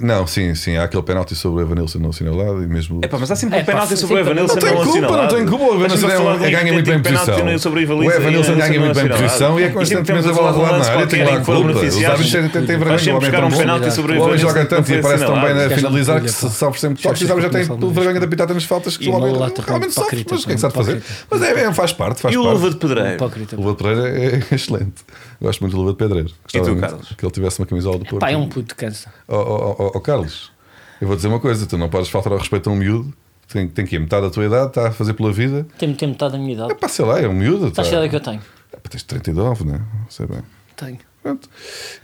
C: Não, sim, sim, há aquele penalti sobre o Evanilson não assinalado e mesmo.
B: É pá, mas há sempre
A: É
B: um
A: pá,
B: penalti
A: sim,
B: sobre o
A: sim,
B: Evanilson.
C: não tem culpa,
B: assinalado.
C: não tem culpa. O
B: Estamos a
C: Evanilson é
B: falar de um
C: ganha muito bem
B: idêntico penalti
C: posição.
B: no- sobre
C: O
B: Evanilson e
C: Evanilson
B: Evanilson
C: ganha
B: não
C: muito bem
B: assinalado.
C: posição e é
B: E sempre
C: constantemente a
B: estamos falar
C: bola
B: de um
C: rolar na
B: lance
C: área. Tem lá
B: qualquer em
C: a
B: que foram
C: culpa. Os
B: beneficiados.
C: árbitros têm- têm vergonha
B: Nós
C: do
B: sempre
C: homem é
B: buscar um
C: tão bom.
B: penalti sobre o
C: O homem
B: Evanilson.
C: joga
B: não
C: tanto
B: foi assim,
C: e aparece tão bem
B: assinalado.
C: na
A: Gajo não
C: finalizar
A: pulha, pá.
C: que se sofre
A: Já
C: sempre toques. E
A: sei
C: sabe, já
A: que
C: tem
A: não falo
C: vergonha de apitar tantas faltas que
A: E
C: o homem
A: não lá terreno,
C: realmente sofre.
A: hipócrita,
C: Mas o que é que sabe fazer?
A: hipócrita.
C: Mas é, é, faz parte, faz
B: E o
C: parte.
B: Luva de Pedreiro?
A: Hipócrita.
C: O Luva de Pereira é excelente. Gosto muito do Luva de Pedreiro. Gostava
B: tu,
C: muito
B: Carlos?
C: Que ele tivesse uma camisola do Porto.
A: Pá, é um puto cansa.
C: oh, oh, oh, oh, Carlos, eu vou dizer uma coisa: tu não podes faltar ao respeito a um miúdo. Tem, tem que ir metade da tua idade, está a fazer pela vida.
A: Tem-me tem metade da minha idade.
C: É pá, sei lá, é um miúdo.
A: Sabes que
C: tá.
A: idade é que eu tenho?
C: "Ah, pá, Tens 39, não é? Não sei bem.
A: Tenho.
C: Pronto.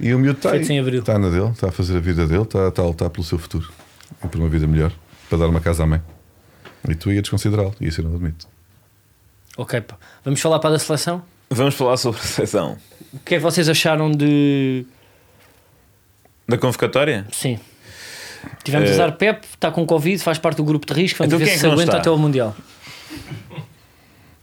C: E o miúdo está
A: Feito em abril.
C: está na dele, está a fazer a vida dele, está, está a lutar pelo seu futuro e por uma vida melhor, para dar uma casa à mãe. E tu ia desconsiderá-lo, e isso eu não admito.
A: Ok, pá. Vamos falar para a da seleção?
B: Vamos falar sobre a seleção.
A: O que é que vocês acharam de.
B: Da convocatória?
A: Sim. Tivemos
B: Eh,
A: azar Pep, está com Covid, faz parte do grupo de risco, vamos
B: Então
A: ver
B: quem é
A: se
B: que
A: se
B: não
A: aguenta
B: está?
A: até ao Mundial.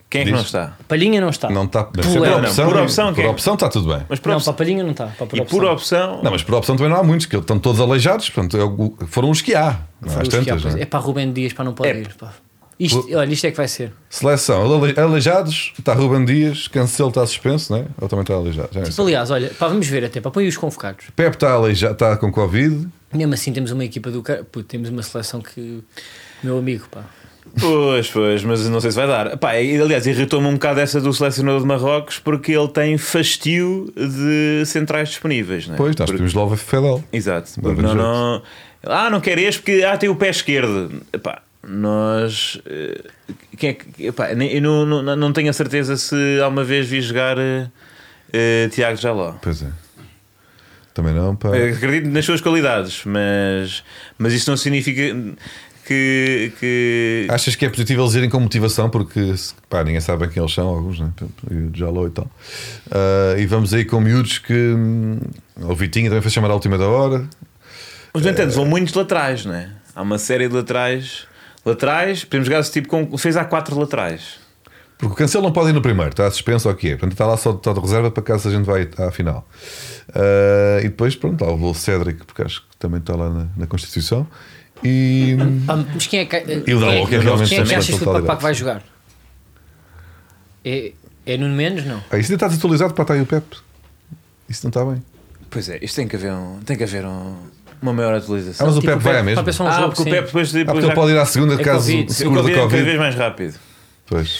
B: Quem é que
C: Diz.
B: não está?
A: Palhinha não está.
C: Não está. mas
A: Pelo
C: se é
A: Léo.
B: Por opção,
C: por
B: quem?
C: opção está tudo bem.
B: Mas por
A: Não, para
B: opção-
A: a Palhinha não está. Para a
B: E por opção.
C: Não, mas por opção também não há muitos, que estão todos aleijados, portanto, é o- foram os que há. Não há as tantas, não é?
A: É para Rubén Dias, para não poder
B: É.
A: ir. Pá. Isto, olha, isto é que vai ser.
C: Seleção, ale- aleijados, está Ruben Dias, Cancelo está suspenso, não é? Ou também está aleijado? Já não
A: Tipo,
C: sei.
A: aliás, olha, pá, vamos ver até, pá, põe os convocados.
C: Pepe está aleijado, está com Covid.
A: Mesmo assim, temos uma equipa do cara. Puto, temos uma seleção que. Meu amigo, pá.
B: Pois, pois, mas não sei se vai dar. Pá, e, aliás, irritou-me um bocado essa do selecionador de Marrocos porque ele tem fastio de centrais disponíveis, não é?
C: Pois, nós
B: Porque-
C: pedimos logo a Fedel.
B: Exato.
C: Bom,
B: Porque não,
C: vamos
B: não... Ah, não quer este porque ah, tem o pé esquerdo. Epá, nós. eh, Quem é que. Epá, nem- eu não, não, não tenho a certeza se alguma vez vi jogar eh, eh, Tiago Jaló.
C: Pois é. Também não, pá.
B: Eu Acredito nas suas qualidades, mas, mas isso não significa que. que...
C: Achas que é positivo eles irem com motivação? Porque se- pá, ninguém sabe bem quem eles são, alguns, né? E o Jaló e tal. Ah, e vamos aí com miúdos que. hum, O Vitinho também foi chamar à última da hora.
B: Mas, no entanto, vão muitos laterais, não é? Há uma série de laterais. Laterais, podemos jogar esse tipo com. Fez há quatro laterais.
C: Porque o Cancelo não pode ir no primeiro, está suspenso ou o que é. Portanto, está lá só de, está de reserva para caso a gente vai à final. Ah, e depois, pronto, lá o Lou Cédric, porque acho que também está lá na, na Constituição. E. hum,
A: Pá, mas quem é que.
C: E o Dalot, que é realmente
A: quem é que
C: sem
A: achas que o
C: totalidade.
A: Papá que vai jogar? É, é Nuno Mendes? Não.
C: Ah, isso ainda está desatualizado para estar aí o Pepe. Isso não está bem.
B: Pois é, isto tem que haver, um, tem que haver um- uma maior
C: Ah,
B: atualização.
C: mas o Pepe vai à
A: Papá
C: mesma.
A: é só um
B: Ah,
A: jogo,
B: porque
A: sim.
B: o Pepe depois,
C: Ah,
B: depois
C: porque ele
B: já-
C: pode ir à segunda
A: É
C: caso
A: Covid.
C: o
B: o
C: seguro
B: Covid
C: da
B: é cada
C: Covid.
B: vez mais rápido.
C: Pois.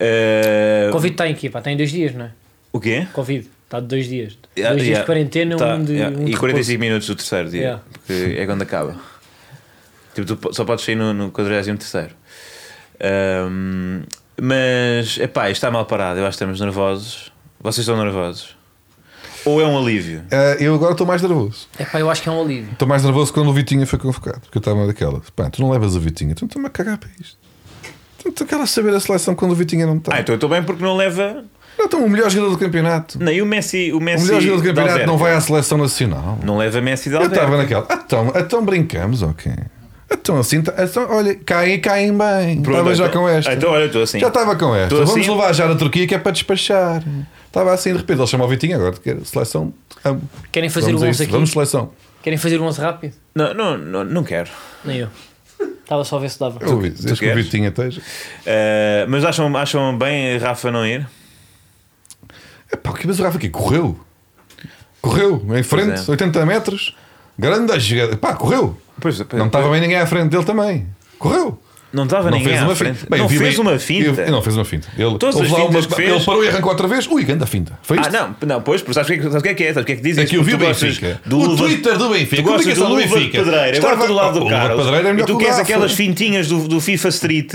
B: Eh,
A: Covid está em quê? Pá? Está em dois dias, não é?
B: O quê?
A: Covid. Está de dois dias. Dois
B: Ah, Yeah,
A: dias
B: yeah,
A: de quarentena,
B: tá,
A: um de.
B: yeah.
A: Um de
B: e
A: repouso.
B: 45 minutos do terceiro dia,
A: Yeah.
B: porque é quando acaba. Tipo, tu po- só podes sair no, no 43. Ahm, mas, epá, isto está mal parado. Eu acho que estamos nervosos. Vocês estão nervosos? Ou é um alívio?
C: Ah, eu agora estou mais nervoso.
A: É pá, eu acho que é um alívio.
C: Estou mais nervoso quando o Vitinha foi convocado. Porque eu estava naquela. Pá, tu não levas o Vitinha. Tu estás-me a cagar para isto. Tu não queres saber a seleção quando o Vitinha não está.
B: Ah, então eu estou bem porque não leva.
C: Não, então o melhor jogador do campeonato.
B: Não, e o Messi. O
C: O
B: Messi
C: melhor jogador do
B: de
C: campeonato
B: Alverca?
C: não vai à seleção nacional.
B: Não leva Messi de
C: Eu
B: Alverca.
C: estava naquela. Então, então brincamos, ok. Então assim, tá- então, olha, caem e caem bem.
B: Pronto,
C: Estava já
B: então-
C: com esta.
B: Ah, Então olha, eu estou assim.
C: Já tá- estava com esta.
B: Tô
C: Vamos
B: assim.
C: levar já na Turquia que é para despachar. Estava assim, de repente, ele chamou o Vitinho agora, que era seleção. Amo.
A: Querem fazer
C: Vamos
A: o
C: a
A: 11
C: isso,
A: aqui?
C: Vamos seleção.
A: Querem fazer o 11 rápido?
B: Não, não, não, não quero.
A: Nem eu. Estava só a ver se dava.
C: Eu, desde que o
B: queres?
C: Vitinho esteja.
B: Ah, mas acham, acham bem Rafa não ir?
C: Epá, que mas o Rafa aqui correu. Correu em frente,
B: é.
C: 80 metros. Grande jogada. Pá, correu.
B: Pois,
C: Não estava bem ninguém à frente dele também. Correu.
B: Não estava
C: Não
B: ninguém
C: fez
B: à
C: uma
B: frente.
C: finta. Bem,
B: não
C: vi
B: fez
C: bem-
B: uma finta.
C: Eu- Não fez uma finta. Ele,
B: Todas
C: houve
B: as
C: lá
B: fintas que fez-
C: ele parou e arrancou outra vez. Ui, grande finta. Foi
B: Ah,
C: isto.
B: não, não, pois, porque sabes o que, é que- sabes o que é que é? Sabes o que é que dizem?
C: É que eu vi o
B: Tu gostas
C: Benfica.
B: do
C: o
B: Luva-
C: Twitter do Benfica. é
B: Tu gostas
C: Comunicação
B: do Luva de Pedreira. Agora
C: Estava-
B: estou do lado
C: Pá,
B: do
C: o Luva de
B: Carlos.
C: Pedreira é
B: e
C: melhor
B: tu
C: que o
B: queres
C: Rafa.
B: aquelas fintinhas do, do FIFA Street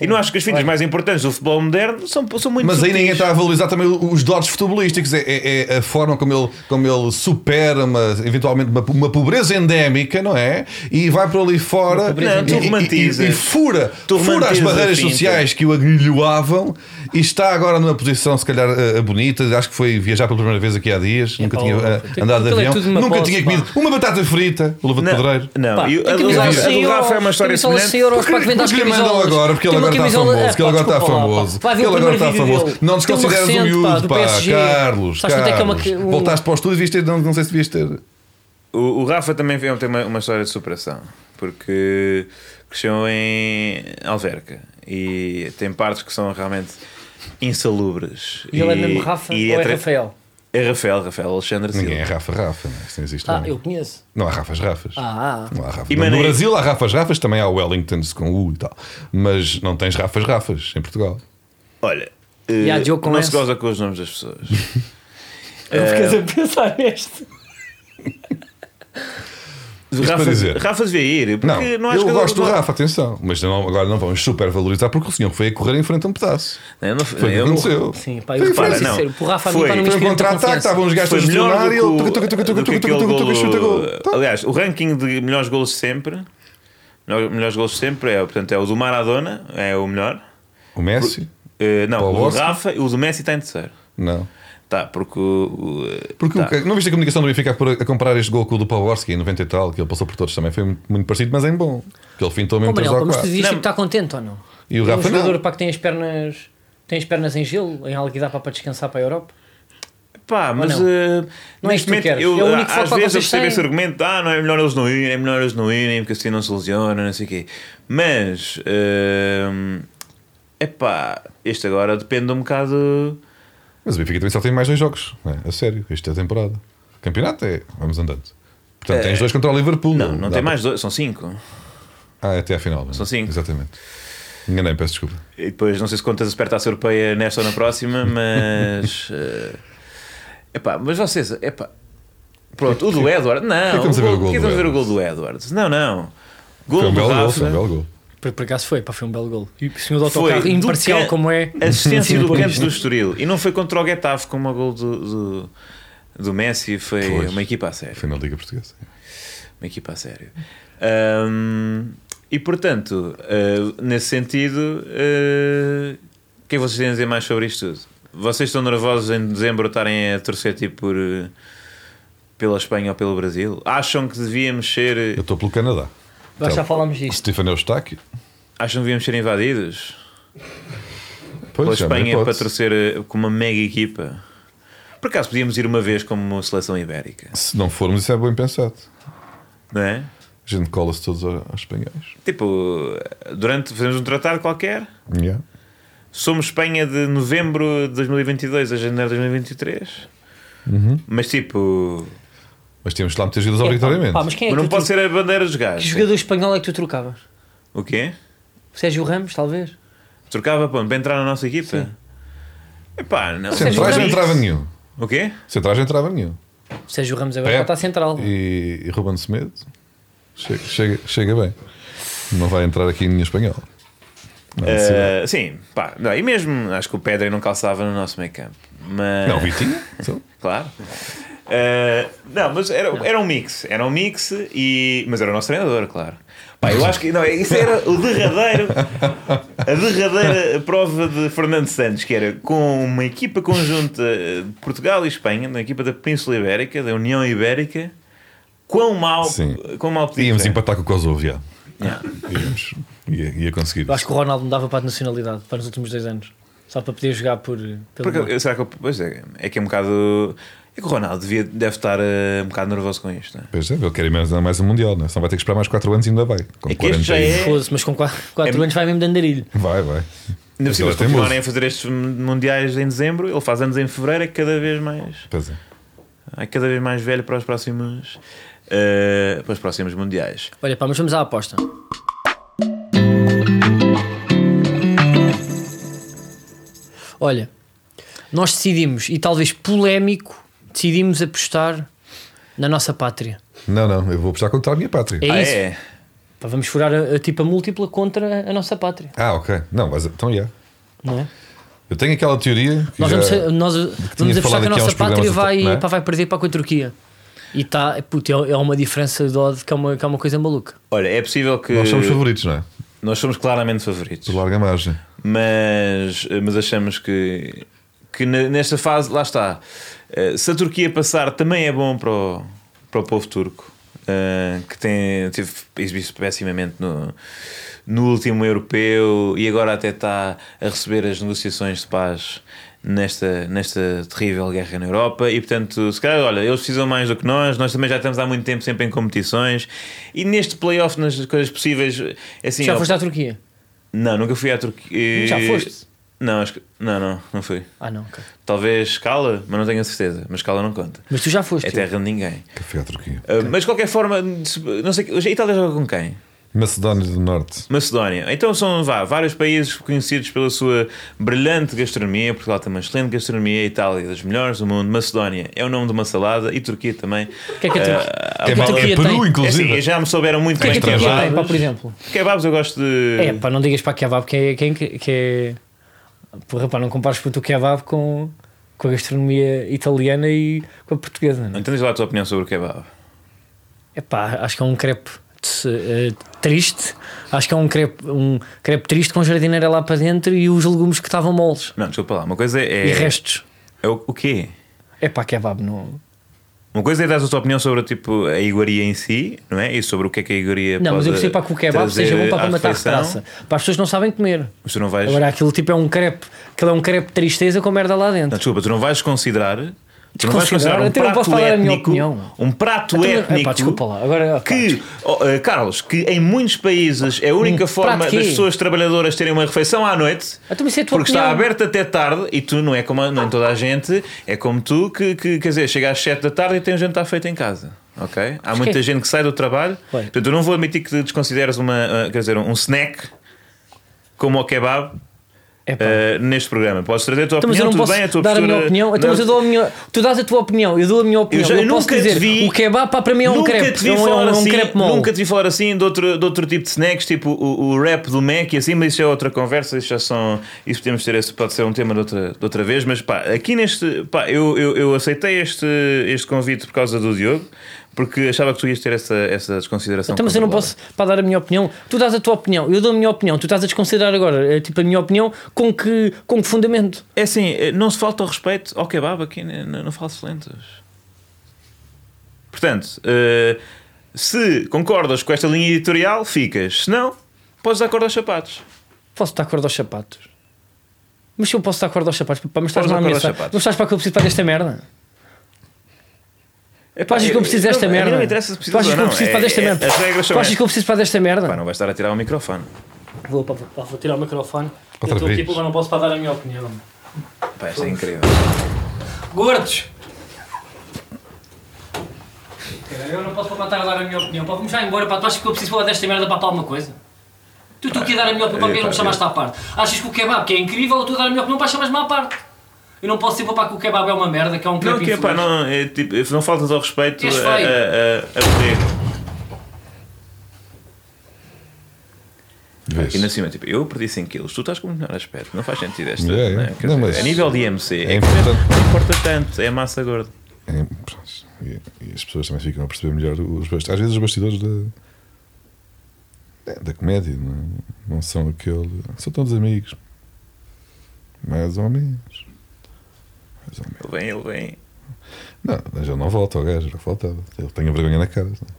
B: e não acho que as fintas mais importantes do futebol moderno são, são muito
C: Mas aí é
B: sutis.
C: ninguém está a valorizar também os dotes futebolísticos. É, é- é a forma como ele, como ele supera uma, eventualmente uma, uma pobreza endémica, não é? E vai para ali fora
A: pobreza assim,
B: Não,
C: e-
B: tu
C: e,
B: romantizas.
C: e- e fura,
B: Tu
C: fura as
B: romantizas
C: barreiras
B: a finta.
A: então.
C: sociais que o agrilhoavam e está agora numa posição, se calhar, eh, bonita. Acho que foi viajar pela primeira vez aqui há dias. nunca
A: pá,
C: tinha eh,
A: tem-
C: andado de
A: aquilo é
C: avião,
A: tudo uma
C: nunca
A: posse,
C: tinha
A: pá.
C: comido uma batata frita, o luva de pedreiro.
B: Não,
A: Pá,
B: e
A: tem
B: a, do-
A: camisolas
B: a
A: de 100
B: do Rafa é uma
A: euros,
B: história
A: camisolas de 100
B: semelhante.
A: euros para que vende Então, as
C: Porque lhe
A: camisolas.
C: mandam agora, porque ele
A: Tem uma
C: agora está
A: camisola-
C: famoso,
A: é,
C: que ele
A: pá,
C: agora está
A: desculpa lá,
C: famoso.
A: pá. Vai ver
C: Ele
A: o
C: agora
A: primeiro
C: está
A: vídeo
C: famoso.
A: dele.
C: Não
A: Tem uma
C: desconsideras o
A: recente,
C: um miúdo,
A: pá, do
C: pá,
A: PSG.
C: Carlos,
A: Sabes quanto é que é uma
C: Carlos.
A: que- um-
C: Voltaste para o estúdio e viste, não, não sei se devias ter.
B: O, o Rafa também tem uma, uma história de superação, porque cresceu em Alverca e tem partes que são realmente insalubres.
A: E ele é mesmo Rafa ou é
B: tra-
A: Rafael?
B: É Rafael, Rafael Alexandre Silva.
C: Ninguém é Rafa Rafa, não é? Isso não existe.
A: Ah,
C: não é?
A: eu conheço.
C: Não há Rafas Rafas.
A: Ah, ah.
C: Não há Rafa.
B: E
C: No
B: Mané?
C: Brasil há Rafas Rafas, também há Wellingtons com U e tal. Mas não tens Rafas Rafas em Portugal.
B: Olha,
A: E há
B: eh,
A: Diogo com
B: não
A: S?
B: se goza com os nomes das
C: <laughs>
B: pessoas. Eh,
A: Eu fiquei a pensar neste.
C: Isto
B: Rafa,
C: para dizer.
B: Rafa devia ir.
C: Não,
B: Porque não, é acho
C: eu
B: que
C: gosto do Rafa, atenção. Mas não- agora não vamos supervalorizar porque o senhor foi a correr em frente a um pedaço.
B: Eu não,
C: Foi o que
B: eu,
C: aconteceu.
A: Sim, pá,
C: Foi
A: eu
B: Repara,
A: falo
C: diferente.
B: não.
A: sincero, o Rafa a mim
B: Foi.
A: pá, não me
B: Foi
C: Foi um
A: inspira muita
C: contra-ataque,
A: confiança.
C: estavam os
B: Foi
C: gajos a
B: melhor
C: pressionar e ele.
B: do
C: tuca, tuca, tuca,
B: que,
C: tuca,
B: do que
C: tuca,
B: aquele
C: tuca, tuca, chuta gol. Tá.
B: golo... Aliás, o ranking de melhores golos de sempre, melhor- melhores golos de sempre é, portanto, é o do Maradona, é o melhor.
C: O Messi?
B: Eh, não,
C: Paulo
B: o do
C: Bosco?
B: Rafa e o do Messi está em terceiro.
C: Não.
B: Tá, porque o. o-
C: Porque
B: tá.
C: o que- não viste a comunicação do Benfica a por- a comparar este gol com o do Pavorsky em 90 e tal, que ele passou por todos também, foi muito, muito parecido, mas em bom. Que ele fintou
A: Ó,
C: mesmo 3
A: Manel,
C: ou
A: vamos tu
C: 4.
A: dizer
B: Não.
A: que está tipo, "Tá contente ou não?
C: E o
A: É um
C: Rafa
A: jogador
C: não.
A: pá, que tem as pernas, tem as pernas em gelo, em algo que dá pá, para descansar para a Europa.
B: Pá, mas.
A: não?
B: eh,
A: Não é isto
B: neste
A: que
B: momento,
A: queres.
B: eu,
A: É o único foco
B: às
A: que
B: vezes eu
A: vocês
B: percebo
A: têm.
B: esse argumento: ah, não é melhor eles não irem, é melhor eles não irem, porque assim não se lesionam, não sei o quê. Mas. É pá, este agora depende um bocado.
C: Mas o Benfica também só tem mais dois jogos, não é? a sério, esta é a temporada. O campeonato é, vamos andando. Portanto,
B: É.
C: tens dois contra o Liverpool.
B: Não, não
C: Dá
B: tem
C: para-
B: mais dois, são cinco.
C: Ah, até à final. não é?
B: São cinco.
C: Exatamente. Enganei, peço desculpa.
B: E depois, não sei se contas a supertaça europeia nesta ou na próxima, <laughs> mas. eh, epá, mas vocês. Epá, pronto, o do Edward. Não,
C: que vamos
B: o
C: ver
B: gol-
C: o gol
B: que
C: do
B: vamos ver o gol
C: Edwards?
B: do Edward? Não, não. Gol
C: Foi um
B: do
C: belo gol,
B: Rafa.
C: foi um belo gol.
A: Por, por acaso foi, pá, foi um belo gol. E o senhor do
B: Foi
A: autocarro,
B: do
A: imparcial
B: can-
A: como é. <laughs>
B: Assistência
A: assim,
B: do
A: pô,
B: canto do Estoril. E não foi contra o Getafe como o gol do, do, do Messi. Foi
C: Pois.
B: uma equipa a sério.
C: Foi na Liga Portuguesa.
B: Uma equipa a sério. Ahm, e portanto, ah, nesse sentido, ah, o que é que vocês têm a dizer mais sobre isto tudo? Vocês estão nervosos em dezembro estarem a torcer tipo por, eh, pela Espanha ou pelo Brasil? Acham que devíamos ser,
C: Eu estou pelo Canadá.
A: Nós já
C: Então,
A: falámos disto.
C: Stefano Eustáquio.
B: acham que devíamos ser invadidos pela
C: Pois, já é uma
B: Espanha para
C: hipótese.
B: torcer eh, com uma mega equipa? Por acaso podíamos ir uma vez como seleção ibérica,
C: Se não formos, isso é bem pensado.
B: não é?
C: A gente cola-se todos ao- aos espanhóis.
B: Tipo, durante fazemos um tratado qualquer
C: Yeah.
B: Somos Espanha de novembro de 2022 a janeiro de 2023. Mas tipo,
C: Mas temos que lá meter os
A: É, pá,
C: obrigatoriamente.
A: pá, mas quem é
B: mas não
A: que, tu
B: pode
A: tro-
B: ser a bandeira dos
A: que
B: gajos.
A: jogador espanhol é que tu trocavas?
B: O quê?
A: Sérgio Ramos, talvez?
B: Trocava pô, para entrar na nossa equipa? Epá, não.
C: Centrais não entrava nenhum.
B: O quê?
C: Centrais não entrava nenhum.
A: Sérgio Ramos agora
C: Pepe
A: está central.
C: E, e Ruben Semedo chega, chega, chega bem. Não vai entrar aqui nenhum espanhol. Não, é necessidade.
B: Ah, sim, pá. Não, e mesmo acho que o Pedro não calçava no nosso meio campo. Mas...
C: não Vitinho? Então,
B: Claro. Ah, não, mas era, era um mix. Era um mix, e, mas era o nosso treinador, claro. Pá, eu acho que não, isso era o derradeiro, a derradeira prova de Fernando Santos, que era com uma equipa conjunta de Portugal e Espanha, na equipa da Península Ibérica, da União Ibérica, quão mal,
C: Sim.
B: quão mal podia
C: íamos
B: ser.
C: empatar com o Kosovo já.
B: Yeah.
C: Íamos. Ia, ia conseguir.
A: Eu acho
C: isso.
A: que o Ronaldo mudava para a nacionalidade para os últimos dois anos. Só para poder jogar por. Pelo
B: Porque,
A: Mónaco.
B: eu- será que eu, pois é, é que é um bocado. É que o Ronaldo devia, deve estar eh, um bocado nervoso com isto, não é?
C: Pois é, ele quer ir mais, mais um Mundial, não é? Senão vai ter que esperar mais 4 anos e ainda vai. Com
B: É que este já é-
A: Foda-se, mas com 4
B: É-
A: anos vai mesmo de andarilho.
C: Vai, vai.
B: Ainda por cima, eles
C: Mas ele é
B: continuarem a
C: teimoso.
B: fazer estes mundiais em dezembro, ele faz anos em fevereiro, é cada vez mais,
C: Pois é.
B: é cada vez mais velho para os próximos, eh, para os próximos mundiais.
A: Olha, pá, mas vamos à aposta. Olha, nós decidimos, e talvez polémico, decidimos apostar na nossa pátria.
C: Não, não, eu vou apostar contra a minha pátria.
A: É
B: ah,
A: isso?
B: é?
A: Pá, vamos furar a, a tipo a múltipla contra a nossa pátria,
C: Ah, ok. Não, mas então já.
A: não é?
C: Eu tenho aquela teoria. Que
A: Nós
C: já...
A: vamos, nós vamos apostar
C: falado
A: que a
C: aqui há uns
A: nossa pátria
C: programas
A: vai,
C: atrás, não é?
A: pá, vai perder para com a Turquia. E está, é é uma diferença de odd que é uma, que é uma coisa maluca.
B: Olha, é possível que
C: Nós somos favoritos, não é?
B: nós somos claramente favoritos,
C: De larga margem.
B: mas, mas achamos que, que ne- nesta fase, lá está, Eh, se a Turquia passar também é bom para o, para o povo turco. eh, que tem, teve exibido pessimamente no, no último europeu e agora até está a receber as negociações de paz nesta, nesta terrível guerra na Europa e portanto, se calhar, olha, eles precisam mais do que nós, nós também já estamos há muito tempo sempre em competições e neste playoff nas coisas possíveis, é assim,
A: Já
B: ó,
A: foste à Turquia?
B: não, nunca fui à Turquia.
A: Já foste?
B: Não, acho que. Não, não, não fui.
A: Ah, não, ok.
B: Talvez Cala, mas não tenho a certeza. Mas Cala não conta.
A: Mas tu já foste.
B: É
A: tio.
B: terra de ninguém.
C: Café à Turquia.
B: Ah, mas de qualquer forma, se- não sei. que- A Itália joga com quem?
C: Macedónia do Norte.
B: Macedónia. Então são vá, vários países conhecidos pela sua brilhante gastronomia, Portugal tem uma excelente gastronomia, Itália é das melhores do mundo, Macedónia é o nome de uma salada e Turquia também.
A: O que é que a Turquia-
B: Ah,
A: o que é que a
B: a
A: Turquia
C: é Peru,
A: tem?
B: É assim,
C: inclusive.
B: já me souberam muito
A: O que é que
B: bem.
A: a Turquia tem, pá, por
B: Kebabs.
A: exemplo?
B: Kebabs eu gosto de.
A: É, pá, não digas para kebab que é. Que é, que é porra, pá, não compares puto, o kebab com, com a gastronomia italiana e com a portuguesa, não é?
B: Entendes lá a tua opinião sobre o kebab?
A: É pá, acho que é um crepe de- eh, triste. Acho que é um crepe, um crepe triste com a jardineira lá para dentro e os legumes que estavam moles
B: Não, desculpa lá. Uma coisa é.
A: e restos.
B: é o, o quê?
A: É pá, kebab, não.
B: Uma coisa é dar a tua opinião sobre tipo, a iguaria em si, não é? E sobre o que é que a iguaria
A: Não, mas eu percebo para que o kebab seja bom para matar a
B: referência.
A: retraça. Para as pessoas não sabem comer.
B: Mas tu não vais.
A: Agora aquilo tipo é um crepe, aquilo é um crepe de tristeza com merda lá
B: Não,
A: dentro.
B: desculpa, tu não vais considerar. Tu não vais
A: Desconsiderar?
B: considerar um
A: Até não posso
B: prato
A: falar a minha
B: étnico.
A: opinião.
B: Um prato
A: Então,
B: étnico.
A: epá, desculpa lá, agora, pá,
B: Que, oh, eh, Carlos, que em muitos países é a única
A: Um
B: forma
A: prato quê?
B: das pessoas trabalhadoras terem uma refeição à noite.
A: Então, mas isso é a tua
B: Porque está
A: opinião.
B: aberto até tarde e tu não é como não é toda a gente, é como tu que, que, quer dizer, chega às 7 da tarde e tem o jantar feito em casa. Ok? Há muita
A: que- é?
B: gente que sai do trabalho.
A: Pois.
B: Portanto, eu não vou admitir que desconsideres uma, eh, quer dizer, um snack como o kebab.
A: É pá.
B: eh, neste programa, podes trazer a tua
A: Então, mas eu
B: opinião,
A: não
B: tudo
A: posso
B: bem, a tua
A: dar a
B: postura.
A: minha opinião. Então, mas eu dou a minha, tu dás a tua opinião, eu dou a minha opinião. Eu,
B: Eu já- eu
A: posso
B: nunca te
A: dizer,
B: vi-
A: o kebab para para mim é um
B: nunca
A: crepe,
B: te vi
A: não é um,
B: falar
A: é um
B: assim,
A: crepe mole.
B: nunca te vi falar assim de outro, de outro tipo de snacks, tipo o, o rap do Mac e assim, mas isso é outra conversa, isso já são. Isso podemos ter, isso pode ser um tema de outra, de outra vez, mas pá, aqui neste. Pá, eu, eu, eu aceitei este, este convite por causa do Diogo, porque achava que tu ias ter essa, essa desconsideração.
A: Então, mas eu não
B: controlada.
A: posso para dar a minha opinião. Tu dás a tua opinião, eu dou a minha opinião. Tu estás a desconsiderar agora, eh, tipo, a minha opinião com que, com que fundamento?
B: É assim, eh, não se falta o respeito ao kebab aqui né, no, no Falso Lentos. Portanto, eh, se concordas com esta linha editorial, ficas. Se não, podes dar corda aos sapatos.
A: Posso dar corda aos sapatos? Mas se eu posso dar corda aos sapatos, pá, mas estás-me a
B: Podes dar corda aos
A: ameaçar.
B: sapatos.
A: Mas estás para que eu preciso para desta merda?
B: É
A: Tu achas que eu preciso desta merda?
B: Não me interessa se
A: Tu
B: precisas
A: achas
B: ou
A: que eu
B: não.
A: preciso
B: É-
A: para desta
B: é-
A: merda?
B: As
A: Tu
B: regras são
A: achas que
B: estas.
A: eu preciso para desta
B: Pá,
A: merda?
B: não vais estar a tirar o microfone.
A: Vou, pá, pá, vou tirar o microfone. Eu
C: Outra
A: estou
C: vez.
A: aqui porque eu não posso para dar a minha opinião.
B: Pá, isto é incrível.
A: Gordos! Eu não posso para estar a dar a minha opinião. Pá, vamos já embora. Pá, tu achas que eu preciso falar desta merda para, para alguma coisa? Tu tu que dar a minha opinião para
B: é,
A: quem não me
B: pá,
A: chamaste à parte. Achas que o kebab que é incrível ou tu a dar a minha opinião para chamas-me à parte? Eu não posso ser para que o kebab é uma merda, que é um
B: Não,
A: crepe
B: que, pá,
A: infeliz.
B: não, é, tipo, não faltas ao respeito a,
A: És feio.
B: a, a, a poder.
C: Vês?
B: E na cima, tipo, eu perdi 5 quilos, tu estás com o melhor aspecto. Não faz sentido esta.
C: É, é.
B: né? Quer
C: Não,
B: dizer,
C: mas
B: a nível de MC,
C: é
B: é que
C: importante.
B: não importa tanto, é a massa gorda.
C: É, pronto. E, e as pessoas também ficam a perceber melhor os bastidores. Às vezes os bastidores da, é, da comédia não, é? não são aquele. São todos amigos. Mais ou menos. Mais ou menos.
B: Ele vem, ele vem.
C: Não, mas ele não volta ao gajo, já faltava. Ele tem a vergonha na cara. não é?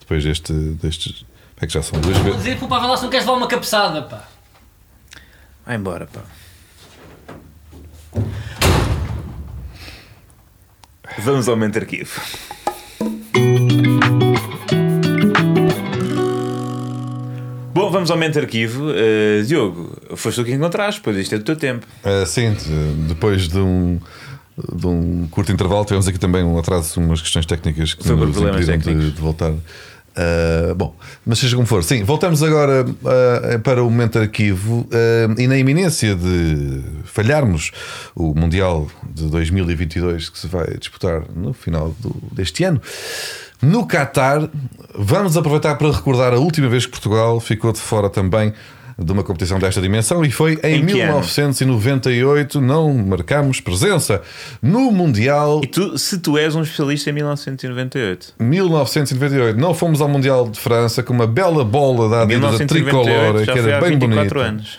C: Depois deste, destes. É que já são duas
A: Vou
C: vezes.
A: dizer, pô, pá, vai lá se não queres levar uma cabeçada, pá.
B: Vai embora, pá. Vamos ao mente arquivo. Bom, vamos ao mente arquivo. Eh, Diogo, foste tu que encontraste, pois isto é do teu tempo.
C: Ah, sim, de- depois de um, de um curto intervalo, tivemos aqui também um atraso, umas questões técnicas que
B: Sobre
C: nos
B: problemas
C: impediram de,
B: técnicos.
C: de voltar. Ah, bom, mas seja como for, sim, voltamos agora ah, para o momento arquivo ah, e na iminência de falharmos o Mundial de 2022 que se vai disputar no final do- deste ano. No Qatar, vamos aproveitar para recordar a última vez que Portugal ficou de fora também de uma competição desta dimensão e foi em,
B: Em que ano?
C: 1998 não marcámos presença no Mundial
B: E tu, se tu és um especialista em 1998,
C: 1998. Não fomos ao Mundial de França com uma bela bola da Adidas a
B: 1998
C: tricolor, é
B: já
C: que
B: foi
C: era
B: há
C: bem
B: 24
C: bonita.
B: anos.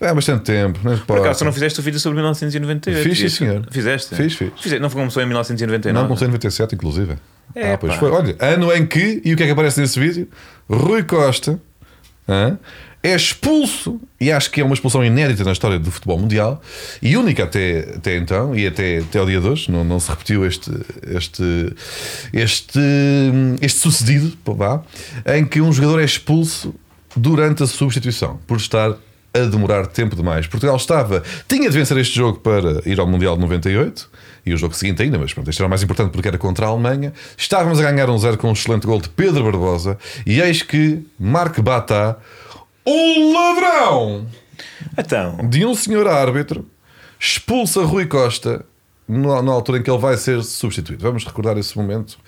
C: É há bastante tempo, não
B: Por
C: importa.
B: acaso, tu não fizeste o vídeo sobre 1998?
C: Fiz, sim,
B: Isso.
C: senhor.
B: Fizeste?
C: Fiz, fiz.
B: Fizeste. Não começou em 1999?
C: Não, comecei em 97, inclusive.
B: É,
C: ah, pois
B: pá.
C: foi. Olha, ano em que, e o que é que aparece nesse vídeo? Rui Costa hã, é expulso, e acho que é uma expulsão inédita na história do futebol mundial, e única até, até então, e até, até ao dia de hoje, não, não se repetiu este, este, este, este sucedido, pá, vá, em que um jogador é expulso durante a substituição, por estar a demorar tempo demais. Portugal estava, tinha de vencer este jogo para ir ao Mundial de 98 e o jogo seguinte ainda, mas pronto, este era o mais importante porque era contra a Alemanha. Estávamos a ganhar um zero com um excelente gol de Pedro Barbosa e eis que Marc Batá, um ladrão
B: Então,
C: de um senhor árbitro, expulsa Rui Costa no- na altura em que ele vai ser substituído. Vamos recordar esse momento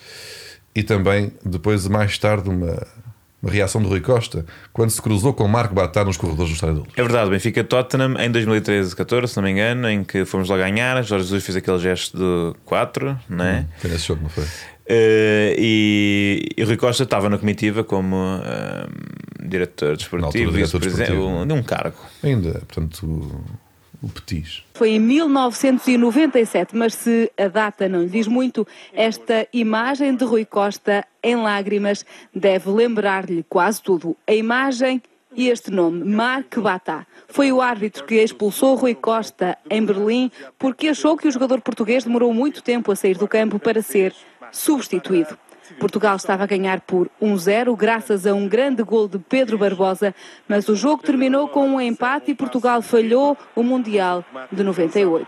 C: e também depois, mais tarde, uma, uma reação de Rui Costa quando se cruzou com Marco Batá nos corredores do Estádio da Luz.
B: é verdade, Benfica Tottenham em 2013-14, se não me engano, em que fomos lá ganhar, Jorge Jesus fez aquele gesto de 4, né?
C: Foi nesse jogo, não foi?
B: Eh, e, e Rui Costa estava na comitiva como eh, diretor
C: Na altura,
B: desportivo,
C: diretor
B: vice-presidente,
C: desportivo.
B: um, de um cargo.
C: Ainda, portanto, o, o Petis.
D: Foi em 1997, mas se a data não lhe diz muito, esta imagem de Rui Costa em lágrimas deve lembrar-lhe quase tudo. A imagem e este nome, Marc Batá. Foi o árbitro que expulsou Rui Costa em Berlim porque achou que o jogador português demorou muito tempo a sair do campo para ser substituído. Portugal estava a ganhar por 1-0 graças a um grande gol de Pedro Barbosa, mas o jogo terminou com um empate e Portugal falhou o Mundial de 98.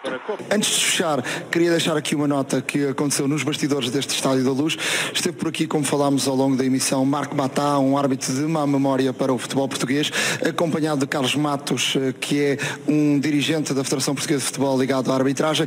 E: Antes de fechar, queria deixar aqui uma nota que aconteceu nos bastidores deste Estádio da Luz. Esteve por aqui, como falámos ao longo da emissão, Marco Batá, um árbitro de má memória para o futebol português, acompanhado de Carlos Matos, eh, que é um dirigente da Federação Portuguesa de Futebol ligado à arbitragem.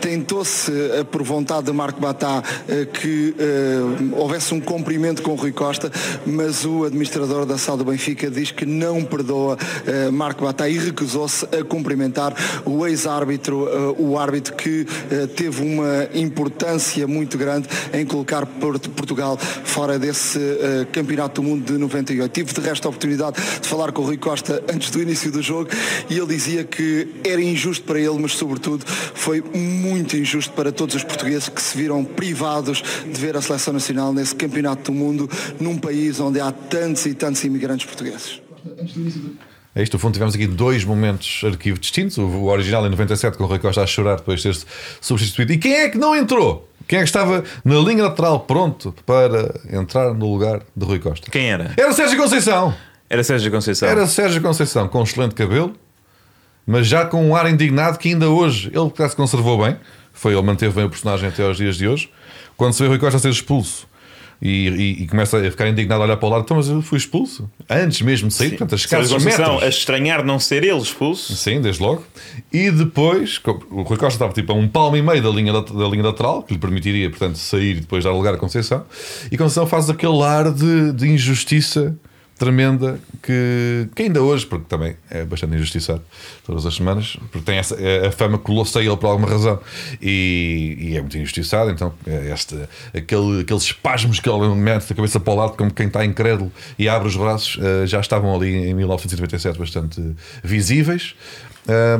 E: Tentou-se, eh, por vontade de Marco Batá, eh, que eh, houvesse um cumprimento com o Rui Costa, mas o administrador da SAD do Benfica diz que não perdoa eh, Marco Batá e recusou-se a cumprimentar o ex-árbitro, eh, o árbitro que eh, teve uma importância muito grande em colocar Porto- Portugal fora desse eh, Campeonato do Mundo de 98. Tive de resto a oportunidade de falar com o Rui Costa antes do início do jogo e ele dizia que era injusto para ele, mas sobretudo foi muito injusto para todos os portugueses que se viram privados de ver a seleção nacional nesse Campeonato do Mundo num país onde há tantos e tantos imigrantes portugueses.
C: É isto, no fundo, tivemos aqui dois momentos arquivo distintos. O, o original em 97, com o Rui Costa a chorar depois de ter substituído. E quem é que não entrou? Quem é que estava na linha lateral pronto para entrar no lugar de Rui Costa?
B: Quem era?
C: Era o Sérgio Conceição!
B: Era Sérgio Conceição.
C: Era Sérgio Conceição com excelente cabelo, mas já com um ar indignado que ainda hoje ele já se conservou bem. Foi ele manteve bem o personagem até aos dias de hoje. Quando se vê Rui Costa a ser expulso e, e- e começa a ficar indignado a olhar para o lado, então, mas eu fui expulso antes mesmo de sair, portanto, as
B: Sérgio
C: casas
B: Conceição
C: metros.
B: a estranhar não ser ele expulso.
C: Sim, desde logo. E depois, co- o Rui Costa estava tipo a um palmo e meio da linha, lat- da linha lateral, que lhe permitiria, portanto, sair e depois dar lugar a Conceição. E Conceição faz aquele ar de, de injustiça tremenda que, que ainda hoje, porque também é bastante injustiçado todas as semanas, porque tem essa, é- a fama colou-se a ele por alguma razão e, e é muito injustiçado. Então, é esta, aquele, aqueles espasmos que ele mete da cabeça para o lado, como quem está incrédulo e abre os braços, eh, já estavam ali em 1997 bastante visíveis.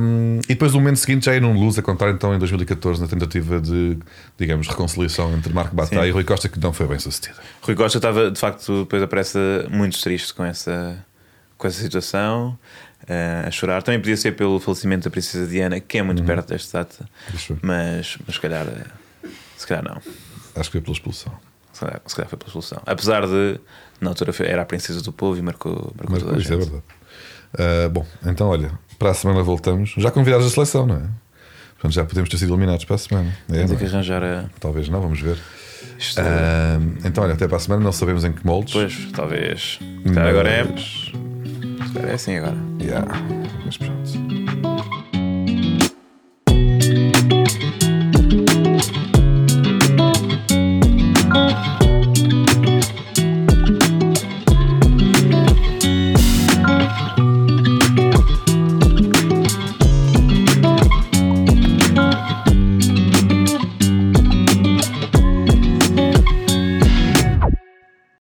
C: Um, e depois, no momento seguinte, já ia num luz a contar, então, em 2014, na tentativa de, digamos, reconciliação entre Marco Batá
B: Sim.
C: e Rui Costa, que não foi bem sucedida.
B: Rui Costa estava, de facto, depois aparece muito triste com essa, com essa situação, eh, a chorar. Também podia ser pelo falecimento da Princesa Diana, que é
C: Uhum.
B: muito perto desta data,
C: Isso.
B: mas, mas se calhar, eh, se calhar não.
C: Acho que foi pela expulsão.
B: Se calhar, se calhar foi pela solução. Apesar de, na altura, foi- era a Princesa do Povo e marcou, marcou
C: Mas
B: toda a
C: isso é
B: gente.
C: verdade. Ah, bom, então, olha, para a semana voltamos. Já convidados da seleção, não é? Portanto, já podemos ter sido eliminados para a semana. É,
B: Temos
C: não
B: que
C: é?
B: arranjar a.
C: Talvez não, vamos ver.
B: Isto,
C: Ah, então, olha, até para a semana, não sabemos em que moldes.
B: Pois, talvez.
C: Mas-
B: Agora é. Agora é assim agora.
C: Yeah. Mas pronto.